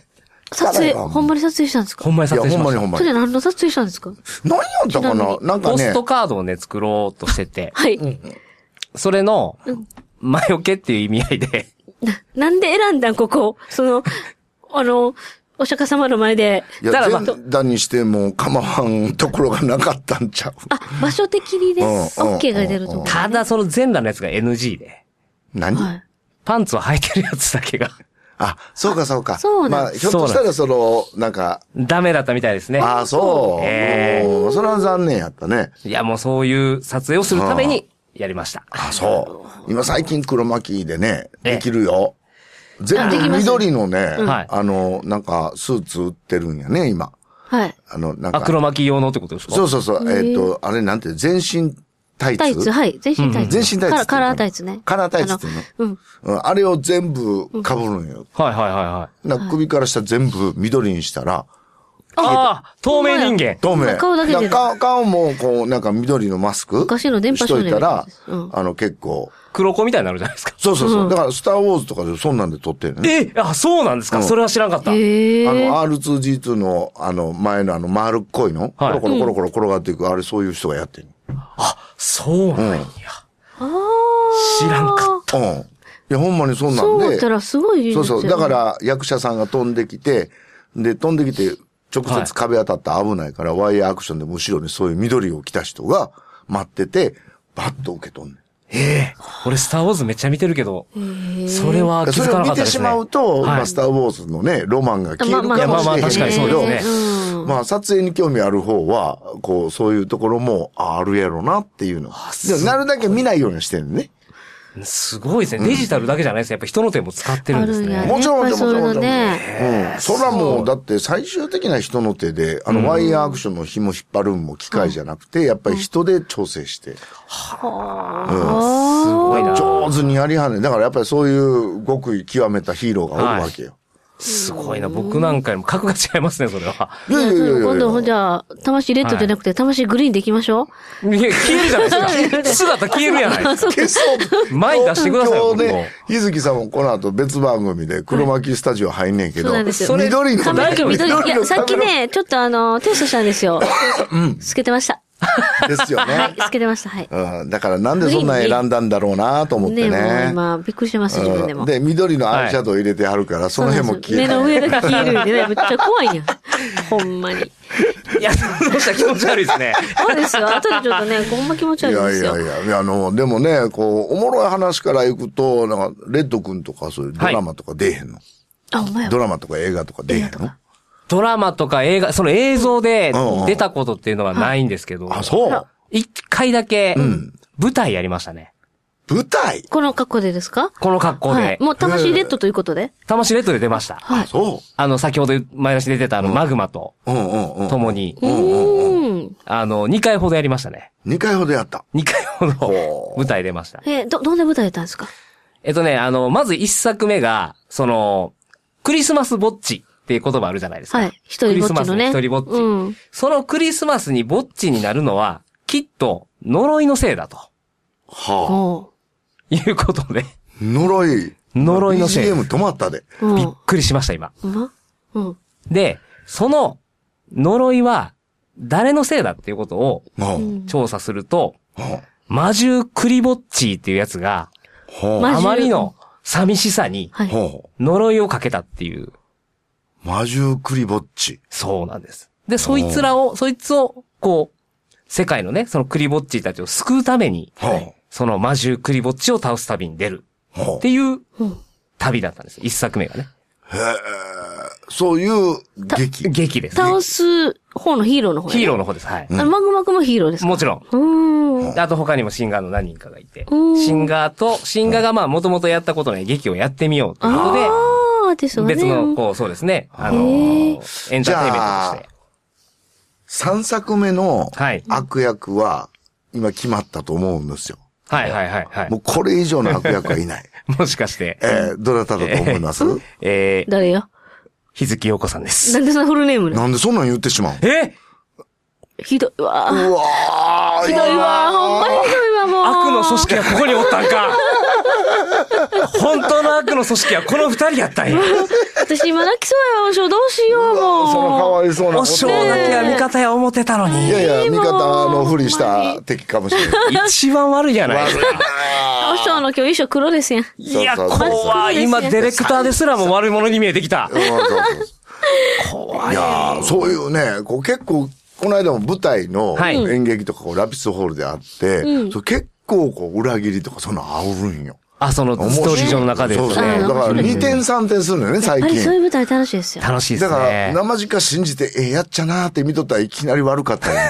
A: 撮影、ほんまに撮影したんですか
C: ほんまに
B: い
C: 撮
B: や、
C: 影し
B: ほんま
C: まし
B: に
C: た
B: ほ。んま
A: そ
B: に。
A: れ何の撮影したんですか
B: 何やったかななんか
C: ポ
B: ね
C: ス、トカードをね、作ろうとしてて、
A: はい。
C: それの、魔除けっていう意味合いで、
A: な、なんで選んだんここ。その、あの、お釈迦様の前で。
B: いや、
C: だからま
B: 全
C: あ
B: 裸にしても構わんところがなかったんちゃう。
A: あ、場所的にね、
B: うんうん
A: OK が出ると思う。
C: ただその全裸のやつが NG で、
B: 何、
A: はい。
C: パンツを履いてるやつだけが、 [laughs]
B: あ、そうかそうか。
A: そうなん
B: まあ、ひょっとしたらその、なんか、
C: ダメだったみたいですね。
B: ああ、そう。
C: ええ
B: うんそれは残念やったね。
C: いや、もうそういう撮影をするために、やりました。
B: あそう。今最近黒巻きでね、
C: ええ
B: できるよ。全
A: でき
B: 部
A: ます
B: 緑のね、
C: ん
B: あの、なんか、スーツ売ってるんやね、今。
A: はい。
B: あの、なん
C: あ、
B: か。
C: 黒巻き用のってことですか
B: そうそうそう。
A: へ
B: え
A: え
B: っと、あれなんて、全身タイツ
A: タイツ、はい。全身タイツ。
B: 全身タイツっていう
A: カ
B: の。
A: ラカラータイツね。
B: カラータイツっていうの
A: あのうん。
B: うんあれを全部被るんよ。
C: はいはいはいはい。
B: な首から下全部緑にしたら、
C: ああ、透明人間。
B: 透明。
A: 顔だけで
B: な顔顔も、こう、なんか緑のマスク
A: 昔の電波
B: し
A: 少
B: と
A: 年
B: いたら
A: うん、
B: あの、結構。
C: 黒子みたいになるじゃないですか。
B: そうそうそう。だから、スターウォーズとかでそんなんで撮ってるね。
C: えあ、そうなんですか、
B: うん
C: それは知らんかった。
A: へ
B: あ
A: え。
B: の、R2G2 の、あの、前のあの、丸っこいの、
C: はい
B: コロコロコロコロ転がっていく、あれ、そういう人がやってる
C: そうなんや。
A: あー
C: 知らんか
B: う
C: っ
B: ん。いや、ほんまにそうな
A: そ
B: ん
A: うだ
B: で。
A: ったらすごい技
B: そ
A: 術
B: うそう。
A: や
B: だ
A: な
B: から、役者さんが飛んできて、で、飛んできて、直
C: はい
B: 接壁当たったら危ないから、ワイヤーアクションでも後ろにそういう緑を着た人が待ってて、バッと受け取んねん
C: た。俺、スターウォーズめっちゃ見てるけど、それは気
B: そ
C: づ
B: れ
C: か
B: を
C: な
B: 見
C: かった
B: て
C: です
B: し
C: ね。
B: まうと、
C: はい
B: まあ、スターウォーズのね、ロマンが消えるかもしれへん
C: いやまあまあ確
B: け
C: かにそう
B: ど、
C: ですね
A: うん
B: まあ、撮影に興味ある方は、こう、そういうところも、ああるやろなっていうの。でなるだけ見ないようにしてるね。
C: すごいですね。デジタルだけじゃないですね。やっぱ人の手も使ってるんで
A: あ
C: す
A: るん
C: ね。
A: や
B: もちろん、
A: やっぱ
B: もちろ
A: そう
B: ん、も
A: いうの
B: ちろん。
A: ね
B: うん。そらもう、だって最終的な人の手で、あの、ワイヤーアクションの紐引っ張るんも機械じゃなくて、やっぱり人で調整して、
C: すごいな。
B: 上手にやりはんねんだからやっぱりそういう極意極めたヒーローがおるわけよ。
C: すごいな。僕なんかよりも格が違いますね、それは。
B: いやいやいやいや
A: 今度、ほんじゃあ、魂レッドじゃなくて、魂グリーンでいきましょ [laughs]
C: いや、消えるじゃないですか。姿消えるやないですか。
B: 消そう。
C: 前に出してくださいよ
B: 今日
C: 僕も
B: ね、日月さんもこの後別番組で黒巻きスタジオ入んねんけ
A: そ
B: ど、
A: うなんですよ
B: 緑
A: う。
B: のね、
C: 大丈夫です
A: 緑い
B: 緑の
A: や、さっきね、ちょっとあの、テストしたんですよ。透けてました。
B: カメラですよ
A: はい、
B: ね。
A: 透けてました。はい。
B: うん、だからなんでそんなん選んだんだろうなと思って
A: ねもう
B: ね。
A: 今、びっくりしてます、自分で
B: う
A: も
B: ん。で、緑のアイシャドウ入れてはるから、その辺も消え
A: 目
B: て
A: の上だけ消えるんでね、めっちゃ怖いやん。ほんまに。
C: いや、どうした気持ち悪いです [laughs] ね。
A: そうですよ。後でちょっとね、ほんま気持ち悪
B: い
A: いん
B: や
A: で
B: い
A: すよ。
B: やいやいや、あの、でもね、こう、おもろい話から行くと、なんか、レッド君とかそういうドラマとか出えへんの、
A: あ、ほんまや。
B: ドラマとか映画とか出えへんの
C: ドラマとか映画、その映像で
B: うんうん
C: 出たことっていうのはないんですけど。
B: あ、そう
C: 一回だけ、舞台やりましたね。
B: 舞台
A: この格好でですか
C: この格好で。
A: はい。もう魂レッドということで。
C: 魂レッドで出ました。
A: はい。
B: そ
C: あの、先ほど前出しで出てたあの、マグマと
B: う。うんうんうん。
C: 共に、
A: うーん。
C: あの、2回ほどやりましたね。
B: 2回ほどやった。
C: 2回ほ
B: ほ
C: ど
B: う
C: 舞台出ました。
A: え、ど、どんな舞台だったんですか
C: えっとね、あの、まず1作目が、その、クリスマスぼっちっていう言葉あるじゃないですか。
A: はい。一人ぼっちのね。
C: クリスマスの一人ぼっち
A: うん。
C: そのクリスマスにぼっちになるのは、きっと呪いのせいだと。
B: はあ。
A: お
C: いうことで、
B: 呪い。
C: 呪いのせい
B: BGM 止まったで。
A: う。う
C: びっ
A: ん。
C: くりしました、今。
A: うまうん。
C: で、その呪いは誰のせいだっていうことを
B: うん。
C: 調査すると、
B: は
C: 魔獣クリボッチーっていうやつが、
B: あ。は
A: 魔
C: あ
A: 獣
C: まりの寂しさに
A: は
B: あ。
A: い。
B: はあ。
C: 呪いをかけたっていう、
B: 魔獣クリぼっち。
C: そうなんです。で、そいつらを、そいつを、こう、世界のね、そのクリボッチーたちを救うために、
B: は
C: その魔獣クリボッチーを倒す旅に出る
B: あ。は
C: っていう
A: うん。
C: 旅だったんです。一作目がね。
B: あ。へえ。そういう劇。
C: 劇です。
A: 倒す方のヒーローの方やね
C: ヒーローの方です。はい。
A: あの、マグマ君もヒーローですか
C: もちろん。
A: うーん。
C: あと他にもシンガーの何人かがいて、
A: うん
C: シンガーと、シンガーがまあもともとやったことない劇をやってみようということで、
A: ああ、ですよね。
C: 別の、こう、そうですね、あの
A: へ
C: エンターテインメントとし
B: じ
C: て。
B: 3作目の
C: はい
B: 悪役は今決まったと思うんですよ。
C: はいはいはいは
B: もうこれ以上の悪役はいない。
C: い。もしかして、
B: えー、どなただと思います
C: えー、
A: 誰よ
C: 日月陽子さんで
A: な
C: す。
A: んでそのフルネームなの
B: なんでそんなん言ってしまう
C: え
A: ひどいわ。
B: うわー
A: ひどいわ。ほんまひどいわ、もう。
C: 悪の組織はここにおったんか本当の悪の組織はこの二人やったんや。
A: 私今泣きそうやわ、おしょう。どうしよう、もう。
B: そのかわいそうな
C: お
B: こと
C: 正だけは味方や思ってたの
B: い
C: に。
B: やいや、味方のふりし
A: ほんま
B: た
A: に
B: 敵かもしれない。
C: 一番悪いじゃないですか。
A: おしょうの今日衣装黒ですやん。
C: いや、
B: そうそうそう
C: 怖い。今、ディレクターですらも悪いものに見えてきた
B: う。んそうそうそういやーそういうね、こう結構、この間も舞台の
C: はい
B: 演劇とかこうラピスホールであって、
A: うん
B: そう結構こう裏切りとかそんな煽るんよ。
C: あ、そのストーリー上の中でで
B: そう
C: す
B: そう。
A: あ
B: だ
C: ね
A: の。
B: から2点3点するのよね、
A: やっ
B: 最
A: ぱりそうい
B: 近。
A: う舞台楽しいですよ。
C: 楽しいで
B: だ
C: す
B: から、
C: ね。
B: 生じか信じて、ええやっちゃなーって見とったらいきなり悪かった
A: [laughs]
B: よね。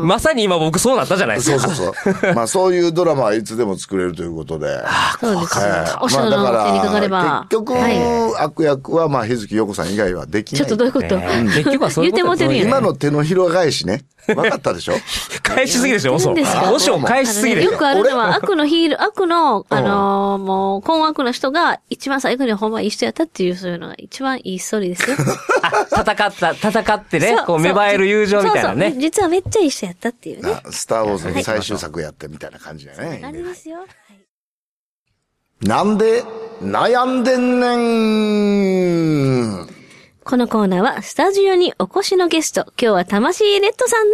C: まさに今僕そうなったじゃないです
B: そう
C: か。
B: そうそう。まあそういうドラマはいつでも作れるということで。
A: そうですよ
B: はい。
A: おしょうのお手にかかれば。
B: 結局、
A: はい。
B: 悪役は、まあ、日月陽子さん以外はでき
A: ちょ
B: ない。
A: っとどういうこと
C: ねえ結局はそういうこと
A: 言うてもうてるやん。
B: 今の手のひら返
A: [laughs]
B: しね。わかったでしょ
C: 返しすぎでしょ、オ
A: な
C: ソ。
A: んですか
C: オシを返しすぎでし
A: よ
C: ょ
A: く。あるのは、悪のヒール、悪の、あのー、もう、困惑の人が、一番最後にほんまいい人やったっていう、そういうのが一番いいストーリー
C: [laughs]
A: ですよ。
C: あ戦った、戦ってね
A: そ、
C: こう芽生える友情みたいな
A: そうそう
C: ね。
A: 実はめっちゃいい人やったっていうね。
B: なスターウォーズの最終作やってみたいな感じだね。
A: 感じですよ。はい
B: なんで、悩んでんねん。
A: このコーナーは、スタジオにお越しのゲスト、今日は魂レッドさん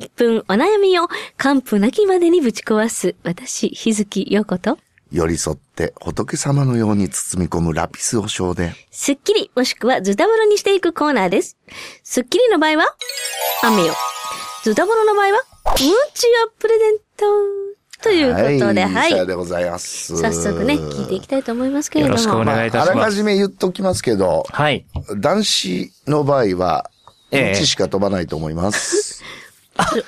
A: の、鬱憤お悩みを、完膚なきまでにぶち壊す、私、日月陽子と、
B: 寄り添って仏様のように包み込むラピスお尚で。
A: すっきり、もしくはズタボロにしていくコーナーです。すっきりの場合は、雨よ。ズタボロの場合は、うんちがプレゼント。ということで、はい。
B: さよでございます。
A: 早速ね、聞いていきたいと思いますけれども。
C: よろしくお
B: まあ
C: 願いいたしま
B: あ
C: す
B: らかじめ言っときますけど、
C: はい。
B: 男子の場合は、
C: ええ
B: 1しか飛ばないと思い
C: [laughs]
B: ます。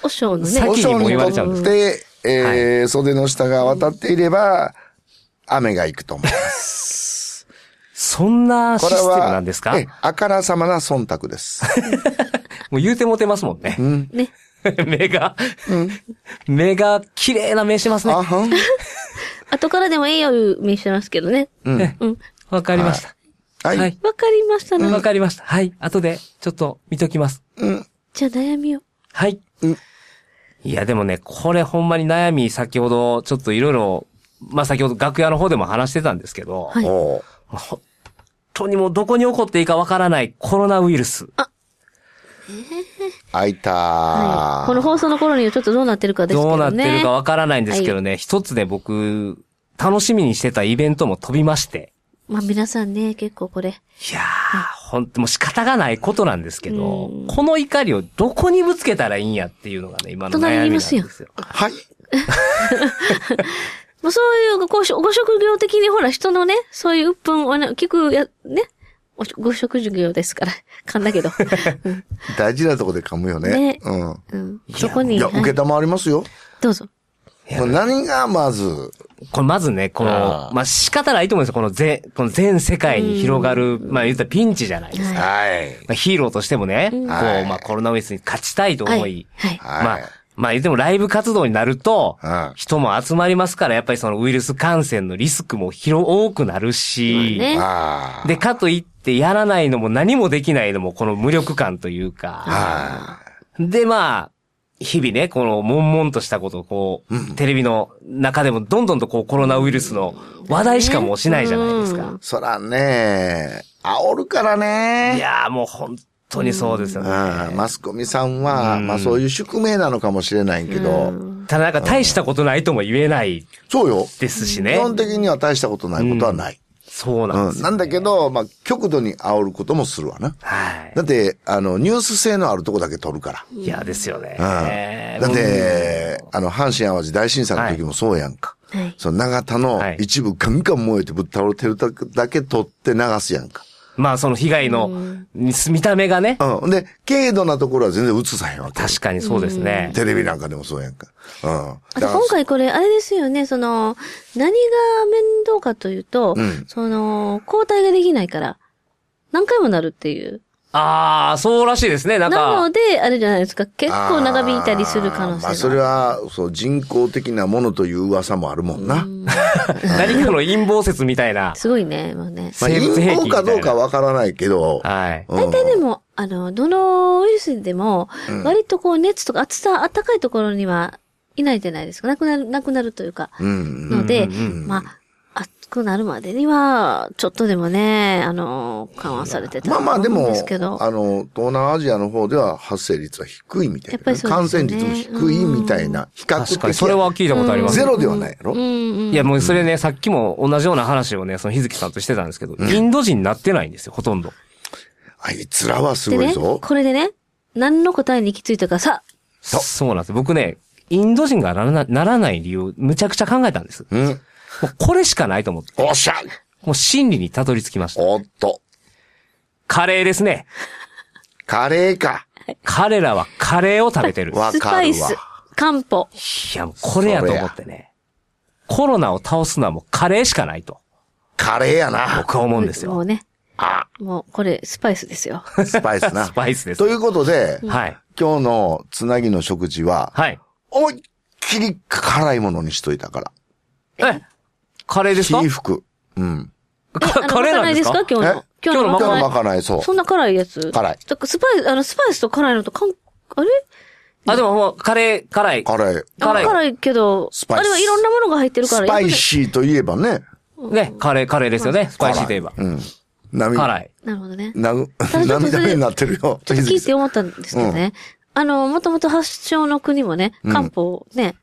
A: おしょうのね
C: さ。っきにも言われちゃうんです。
B: で、えー袖の下が渡っていれば、雨が行くと
C: [laughs]
B: 思います。
C: そんなシ
B: こ
C: ス
B: れ
C: テム
B: は、
C: なんですか
B: ええあからさまな忖度
C: [laughs]
B: です。
C: もう言うてもてますもんね。
A: ね。
C: [laughs] 目が、目が綺麗な目してますね
B: あ。はん。
A: 後からでもええよ、いう目してますけどね。
B: うん。はい。
A: うん。
C: わかりました。はい。
A: わかりましたね。
C: わかりました。はい。後で、ちょっと見ときます。
A: じゃあ悩みを。
C: はい。いや、でもね、これほんまに悩み、先ほど、ちょっといろいろ、まあ先ほど楽屋の方でも話してたんですけど、
A: はい
B: おう
C: 本当にもうどこに起こっていいかわからないコロナウイルス。
B: 開いたー、
A: はい。この放送の頃にはちょっとどうなってるかですけどね。
C: どうなってるかわからないんですけどね、一つね、僕、楽しみにしてたイベントも飛びまして、
A: まあ皆さんね、結構これ。
C: いやー、本当もう仕方がないことなんですけど、この怒りをどこにぶつけたらいいんやっていうのがね、今の悩みなんです
A: 隣にいます
C: よ。
B: はい。
A: まあそういうご、ご職業的にほら人のね、そういう鬱憤をね、聞くや、ね。おご職業ですから。 [laughs] 勘だけ
B: [laughs]
A: ど。
B: 大事なとこで噛むよね。
A: ね
B: うん。
A: うん。そこに。
B: いや、
A: はい
B: 受けたまわりますよ。
A: どうぞ。
B: まあ何がまず、
C: これまずね、この
B: あ、ー
C: まあ、仕方ないと思うんですよ。この全、この全世界に広がる、まあ、言ったらピンチじゃないですか。
B: はい。
C: まあ、ヒーローとしてもね、こう、
B: はい
C: まあ、コロナウイルスに勝ちたいと思い、
A: はい。はい。
B: はい
C: まあ、まあ言ってもライブ活動になると
B: うん、
C: 人も集まりますから、やっぱりそのウイルス感染のリスクも広、多くなるし、
A: ね。
B: ああ。
C: で、かといってやらないのも何もできないのもこの無力感というか、
B: は
C: で、まあ、日々ね、この悶々としたことをこう、テレビの中でもどんどんとこうコロナウイルスの話題しかもうしないじゃないです
A: う
C: か
A: ん。
B: い。そらね、煽るからね。
C: いやーもう本当にそうですよね。
B: うんマスコミさんは、まあそういう宿命なのかもしれないけど、
C: ただなんか大したことないとも言えない
B: そうよ。
C: ですし
B: 基
C: ね。
B: 本的には大したことないことはない。
C: そうなん
B: う
C: で
B: ん。
C: す
B: な
C: よ。
B: んだけど、まあ極度に煽ることもするわな。
C: はい。
B: だって、あの、ニュース性のあるとこだけ撮るから。
C: いや、ですよね。
B: うん。だって、あの、阪神淡路大震災の時もそうやんか。
A: はい。
B: その長田の
C: はい
B: 一部ガンガン燃えてぶっ倒れてるだけ撮って流すやんか。
C: まあ、その被害の見見た目がね、
B: うん。で、軽度なところは全然映さへんわけ。
C: 確かにそうですね。
B: テレビなんかでもそうやんか。うん。
A: あと
B: だから
A: 今回これ、あれですよね、その、何が面倒かというと、
B: うん
A: その、交代ができないから、何回もなるっていう。
C: ああ、そうらしいですね。なん
A: なの
C: か、
A: で、あれじゃないですか、結構長引いたりする可能
B: あーま
A: 性
B: あ、それ
A: が。
B: は、そう、人工的なものという噂もあるもんな。ま
C: 何かの陰謀説みたいな。
A: すごいね、もうね。
B: あ、
C: 生
B: 陰
C: 物兵器
B: 謀かどうかわからないけど、
C: はい。
B: うん
A: 大体でも、あの、どのウイルスでも、割とこう、熱とか暑さ、暖かいところにはいないじゃないですか。なくなる、なくなるというか。
B: うん。
A: ので、
C: うんうん
A: まあ、暑くなるまでには、ちょっとでもね、あの、緩和されてた
B: まあまあ、で
A: と思うん
B: も、
A: ですけど
B: あの、東南アジアの方では発生率は低いみたい
A: やっぱ
B: な、
A: りそう
B: 感
A: ですよ
B: 染
A: ね
B: 率も低いみたいな、比較
C: 確かに、
B: 的。
C: それは聞いたことあります
B: ゼ。ロではないやろ
A: うんうん。
C: いや、もうそれね、さっきも同じような話をね、その日月さんとしてたんですけど、インド人になってないんですよ、ほとんど。
B: あいつらはす
A: で
B: ごい
A: ね、
B: ぞ。
A: これでね、何の答えに行き着いたかさ、
C: そうなんです。僕ね、インド人がならなならない理由、むちゃくちゃ考えたんです。も
B: うん。
C: うこれしかないと思って、
B: おっしゃ
C: もう真理にたどり着きました。
B: おっと。
C: カレーですね。
B: カレーか。
C: 彼らはカレーを食べてる。
B: わ
A: ス
B: か
A: パ
B: る
A: イ
B: わ
A: ス。、漢方。
C: いや、もうこれやと思ってね。コロナを倒すのはもうカレーしかないと、
B: カレーやな。
C: 僕は思うんです
A: も
C: よ。
A: うね、
B: あ、
A: もうこれ、スパイスです
C: [laughs]
A: よ。
B: スパイスな。
C: スパイスです。
B: ということで、
C: はい。
B: 今日のつなぎの食事は、
C: はい。
B: 思いっきり辛いものにしといたから。
C: え、カレーですか
B: 起伏。うん。
A: あ
C: カ
A: の
C: カレーなんです
A: ま
C: か
A: かないですか
B: え
A: 今日の。
B: 今
C: 今日
B: 日
C: の
B: のま
A: まか
B: かない、そ
A: な
B: う
A: い。。そんな辛いやつ
B: 辛い
A: だからスパイス、あの、スパイスと辛いのと、かん、あれ
C: あ、でももう、カレー、辛い。
B: 辛い。
A: あ
C: 辛い
A: 辛いけど
B: ス、パイ
A: あ
B: ス
A: れはいろんなものが入ってるか
B: ス
A: ら。
B: パイ
A: やっ
B: シーといえばね。
C: ね、カレー、カレーですよね。スパイシーといえば。
B: うん。涙、
C: 辛い。
A: ぱりなるほどね。
B: なぐ
A: れちょっと
B: 涙目になってるよ。と
A: 聞いて思ったんですけどね。あの、もともと発祥の国もね、漢方ね、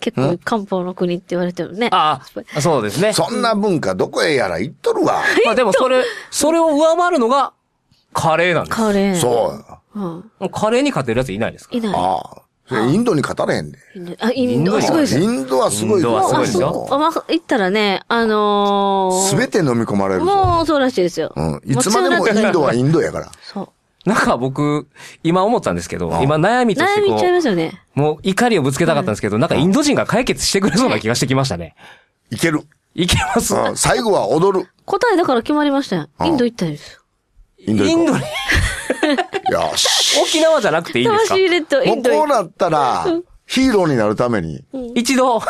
A: 結構漢方の国って言われてるね。
C: ああ、そうですね。
B: そんな文化どこへやら行っとるわ。
C: まあでもそれ、それを上回るのが、カレーなんです。
A: カレー。
B: そう。
A: うん。
C: カレーに勝てるやついないですか
A: いない。
B: ああ。それインドに勝たれへんで。
A: インドあ、イン
C: インド
A: ド、
C: に
A: すごいです
B: インドはすごい
C: インドはすごいですよ
A: あ、ま、行ったらね、あのー、
B: すべて飲み込まれるぞ。
A: もうそうらしいですよ。
B: うん。いつまでもインドはインドやから。
A: そう。
C: なんか僕、今思ったんですけど、
B: あ
C: 今悩みとして
A: 悩み
C: こ
A: いっちゃいますよね。
C: う、もう怒りをぶつけたかったんですけど、なんかインド人が解決してくれそうな気がしてきましたね。
B: いける。
C: いけま
A: [laughs]
C: す
B: うん最後は踊る。
A: 答えだから決まりましたよ。インド行ったんですよ。
B: インド
C: イン
B: 行こ
C: ドに、
B: う。よし。
C: 沖縄じゃなくていいんですか
A: 魂入れとイ
B: もう
A: ンド
B: こ
A: 行
B: うなったら、ヒーローになるために、
C: 一度、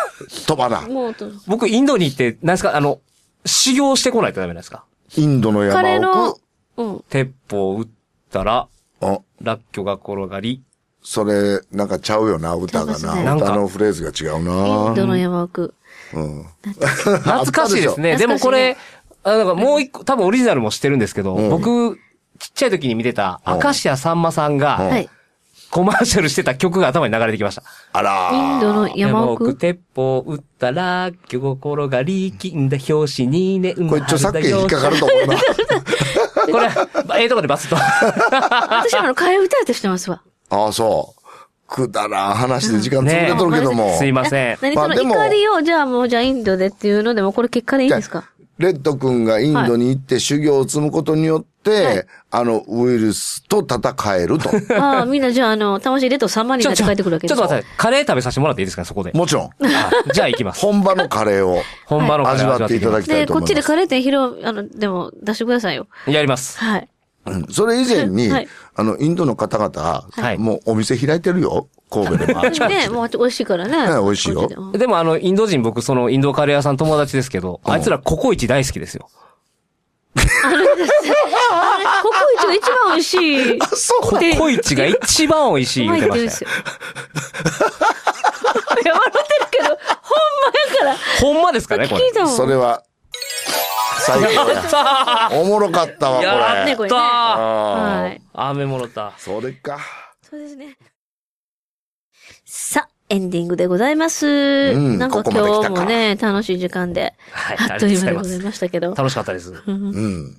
B: 飛ばな。
A: もうと、
C: 僕インドに行って、なんですか、あの、修行してこないとダメなんですか
B: インドの
A: カレー
B: 山
A: の
B: 奥。、
A: うん。
C: 鉄砲を撃ったら、
B: うん
C: ラッキョが転がり、
B: それ、なんかちゃうよな、歌が
A: ちゃいますね
B: な。
C: なんか
B: 歌のフレーズが違う
A: イ
B: な
A: ン。ドの山奥。
B: うん。
C: 懐かしいですね。
A: あったでしょ
C: でもこれ
A: 懐、
C: あなんかもう一個、多分オリジナルもしてるんですけど、
B: うん
C: 僕、ちっちゃい時に見てた、
B: うん
C: 明石家さんまさん
B: うん
C: が、
A: はい。
C: コマーシャルしてた曲が頭に流れてきました。
B: あら
A: インドの山奥。
C: 鉄砲撃ったら、魚心が力んだ表紙にね、うん
B: これ著作権引っかかると思
A: [laughs]
B: うな。
C: これ、ええとこでバスッと。
A: 私はあの、替え歌やってしてますわ。
B: ああ、そう。くだらん話で時間潰れとるけども。
C: [laughs] すいません。
A: 何
B: ま
A: そ
B: あ
A: の
B: でも
A: 怒りを、じゃあもう、じゃあインドでっていうのでも、これ結果でいいんですか
B: レッド君がインドに行って修行を積むことによっって、あの、ウイルスと戦えると。 [laughs]
A: ああ、みんなじゃあ、あの、魂レッド様に
C: ち
A: な
C: ょ、
A: っ
C: ち
A: て帰
C: ょ、ちょ
A: っ
C: って
A: くるわけで
C: と
A: す
C: 待って、カレー食べさせてもらっていいですかね、そこで。
B: もちろん、
C: あじゃあ行きます。
B: 本場のカレーを
C: 本場のカレ
B: 味
C: ーを
B: わっていただきたい
A: で、
B: と
A: こ
B: 思
A: っ
B: います。
A: ちでカレー店広、あの、でも出してくださいよ。
C: やります。
A: はい。
B: うんそれ以前に、
A: はい
B: あの、インドの方々、
C: はい
B: もうお店開いてるよ。神戸でもあちこちで
A: [laughs] ね、もう美味しいから
B: ね
A: ね。
B: 美味しいよ
A: こっちでうん
C: でもあの、インド人僕、その、インドカレー屋さん友達ですけど、あいつらココイチ大好きですよ。
A: ココイチが一番美味しい。
B: あそう
C: コ
B: なの
C: コイチが一番美味しい言ってま
A: うまいって言うんで
C: し
A: すよ
C: たよ。。
A: いや、笑ってるけど、ほんまやか。
C: ほんまですからね、こ
A: 聞
C: れ。
A: いたもん。
B: それは、最高
A: [laughs]
C: や
B: や
C: っ。た
B: おもろかったわ、
C: ー
B: こ
A: ね
B: れ。
A: これ
C: やったー
B: あー
A: はい。
C: 雨もろた。
B: それか。
A: そうですね。さあ、エンディングでございます。
B: ん
A: なんか
B: ここまで
A: 今
B: 来
A: 日
B: たか
A: もね、楽しい時間
C: [laughs]
A: で、
C: はい、
A: あっという間でございましたけど。
C: 楽しかったです。い
B: うん。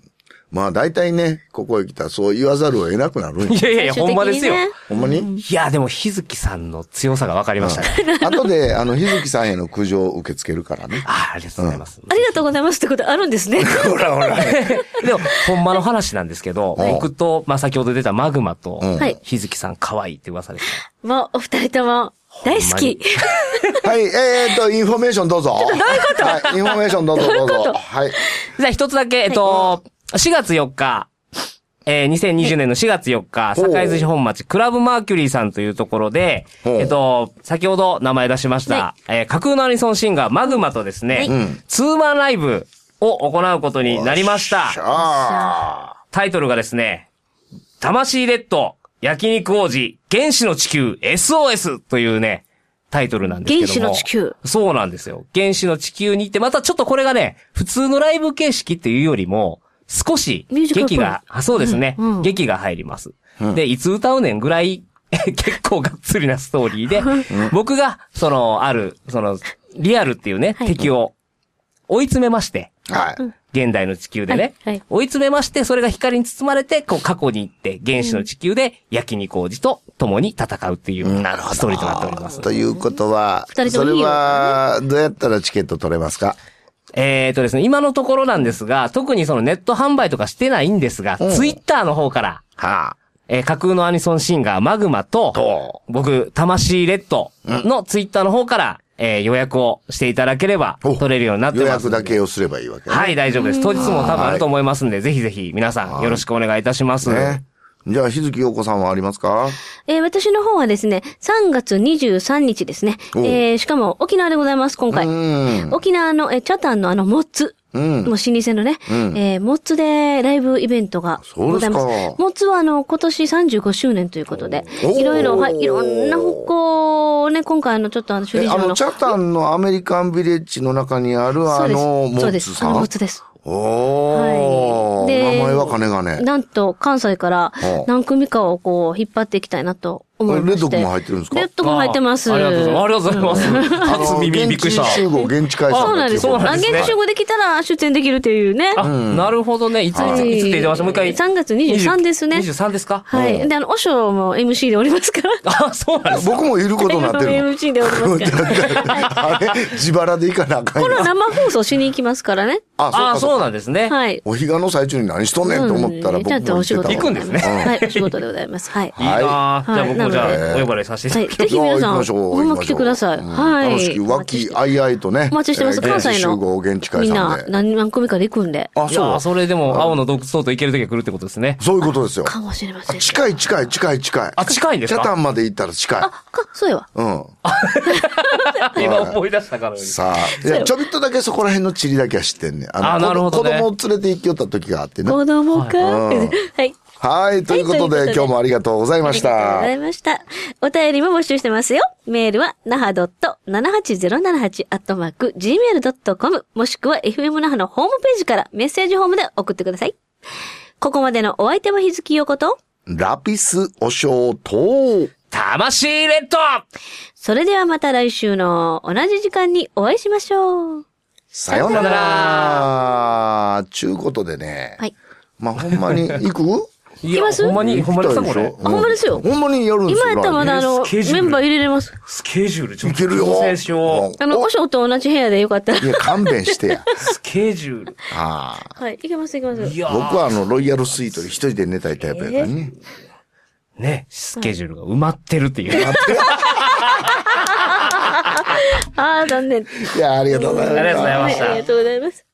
B: まあ大体ね、ここへ来たらそう言わざるを得なくなるんよ
C: [laughs] やいやいや、
A: 最終的にね
C: ほんまですよ。
B: ほんまに
C: いや、でも、日月さんの強さが分かりましたね。
B: あとで、あの、日月さんへの苦情を受け付けるからね。 [laughs]
C: あーありがとうございます。
A: ありがとうございますってことあるんです
C: [laughs]
A: ね。
B: ほらほら。
C: でも、ほんまの話なんですけど、
B: はい
C: 僕と、まあ、先ほど出たマグマと
B: うん、
A: はい
C: 日月さん可愛いって噂です。
A: もう、お二人とも、大好き。
B: はい、えーっと、インフォメーションどうぞ。どういうことはい、インフォメーションどうぞどうぞ。はい。
C: じゃあ一つだけ、えっと、4月4日、えー、2020年の4月4日、
B: ほう
C: 堺寿司本町、クラブマーキュリーさんというところで、
B: ほう
C: えっと、先ほど名前出しました、えー架空のアニソンシンガー、マグマとですね、
B: ん
C: ツーマンライブを行うことになりました。
B: ああ。
C: タイトルがですね、魂レッド、焼肉王子、原始の地球、SOS というね、タイトルなんですけども。
A: 原始の地球
C: そうなんですよ。原始の地球に行って、またちょっとこれがね、普通のライブ形式っていうよりも、少し、
A: ミュージカルっぽい
C: 劇が、あそうですね、
A: うんうん
C: 劇が入ります。で、いつ歌うねんぐらい、 [laughs] 結構がっつりなストーリーで、僕が、その、ある、その、リアルっていうね、
A: はい
C: 敵を追い詰めまして、
B: はい。
C: 現代の地球でね、
A: はいはい
C: 追い詰めまして、それが光に包まれて、こう過去に行って、原始の地球で焼肉王子と共に戦うっていう、ストーリーとなっております。
B: ということは、
A: 二人
B: そ
A: とも
B: れ
A: いいよ
B: は、どうやったらチケット取れますか
C: えーとですね、今のところなんですが、特にそのネット販売とかしてないんですが、ツイッターの方から、
B: は
C: えー架空のアニソンシンガーマグマと
B: と、
C: 僕、魂レッドのツイッターの方から、えー予約をしていただければ、
B: あ。お
C: 取れるようになってます
B: 予
C: んで。
B: 約だけをすればいいわけね。
C: はい、大丈夫です。当日も多分あると思いますんで、ぜひぜひ皆さんよろしくお願いいたします。
B: ね。じゃあ、日月陽子さんはありますか
A: えー私の方はですね、3月23日ですね。
B: おう
A: えーしかも沖縄でございます、今回
B: う。ん。
A: 沖縄の、えー、チャタンのあの、モッツ。
B: うん。
A: もう老舗のね、えーモッツでライブイベントが
B: そう
A: ご
B: で
A: ざい
B: すか
A: ます。モッツはあの、今年35周年ということで
B: お、ー
A: いろいろ、はい、いろんな方向をね、今回あの、ちょっとあの、
B: え
A: 首里
B: あ
A: 城
B: の、
A: の。
B: チャタンのアメリカンビレッジの中にあるあの、モ
A: そう
B: ッ
A: で
B: ツ
A: す。
B: さ
A: あ
B: ん。
A: の、モッツです。
B: おー、
A: はいで
B: 名前は金がね。
A: なんと、関西から
B: お
A: 何組かをこう、引っ張っていきたいなと思いま
B: レッ
A: し
B: ド
A: て。
B: 君も入ってるんですか
A: レッド君入ってます。
C: あありがとうございます。ありがとうございます。初耳びっくりした。
B: 現地集合、現地解散。
A: そうなんです。
C: そうなんですね
A: あ現地集合できたら出演できるというね。
C: あ、なるほどね。いつ、いつ、いつって言ってましたもう一回。
A: 3月23ですね
C: 23ですか
A: は
B: う
A: い。で、あの、おしょうも MC でおりますから。
C: あ、そうなんです。
B: 僕もいることにな
A: [laughs]
B: ってるの。
A: MC でおりますから。
B: あれ自腹で行かなあかん
A: これは
B: よ。
A: 生放送しに行きますからね。
B: あ
C: あ、
B: そうか。
C: そうなんですね。い。
A: はい。
B: お彼岸の最中に何しとんねんと思ったら
A: うんち
B: 僕も
A: ゃんとお仕事
B: 行ってたわ
C: 行くんですね
A: はい、お仕事でございます。はい。
C: いなぁじゃあ僕もじ
A: はい
C: ゃ
B: なの
C: あ、
B: で
C: お呼ばれさせ
A: は
C: てい
A: い。
C: ただき
A: [laughs] ぜひ
B: いや
A: 皆さ
B: 行き
A: ん、
B: ましょう
A: ほんま来てください。
B: うん
A: はい。
B: 楽しき、和気あいあいとね。
A: お待ちしてます。
B: えー
A: 関西
B: 現地集合、
A: の。
B: 現地解
A: みん
B: 散
A: な
B: で。
A: 何何組かで行くんで。
B: あ、
C: いや
B: そ
C: ー
B: う。
C: それでも、青の洞窟等と行ける時が来るってことですね。
B: そういうことですよ。
A: かもしれません。
B: 近い近い近い近い。
C: あ近いんですか
B: 北端まで行ったら近い
A: あ。、か、そうやわ。
B: うん。
C: 今思い出したから。
B: さあ、いや、ちょびっとだけそこら辺の地理だけは知ってんねん。の
C: あなるほどね
B: 子供子供を連れて行きよった時があってね。
A: 子供か。はい。
B: はい、というこ
A: はいという
B: と
A: ことで
B: で、今日もありがとうございまし
A: ありがとう
B: た
A: ご。ざいました。お便りも募集してますよ。メールは、なは .78078-gmail.com もしくは FM 那覇のホームページからメッセージホームで送ってください。ここまでのお相手は日月陽子と、
B: ラピスお尚と、
C: 魂レッド
A: それではまた来週の同じ時間にお会いしましょう。
B: さような
C: さような
B: ら。ちゅうことでね、
A: はい。
B: まあ、ほんまに、行く
C: い
A: きます
C: ほんまに、ほんまに来た
B: で
C: こ
B: しょ
C: れ。
A: あほんまですよ
B: ほんまにやるんですよ。
A: 今やったらまだあの、
C: スケジュー
A: メ
C: ル
A: ンバー入れれます。
C: スケジュールちょ
B: い
C: っと
B: けるよ。
C: 調整しよ
A: あの、
B: お
A: 和尚と同じ部屋でよかったら
B: い。や、勘弁してや。
C: う。スケジュール。
B: ああ。
A: はい、いけますいけます。
C: いやー
B: 僕はあの、ロイヤルスイートで一人で寝たいタイプやからね。
C: ね、スケジュールが埋まってるっていう。
A: ああ、残念。
B: いや、ありがとうございます。
C: ありがとうございました
A: はありがとうございます。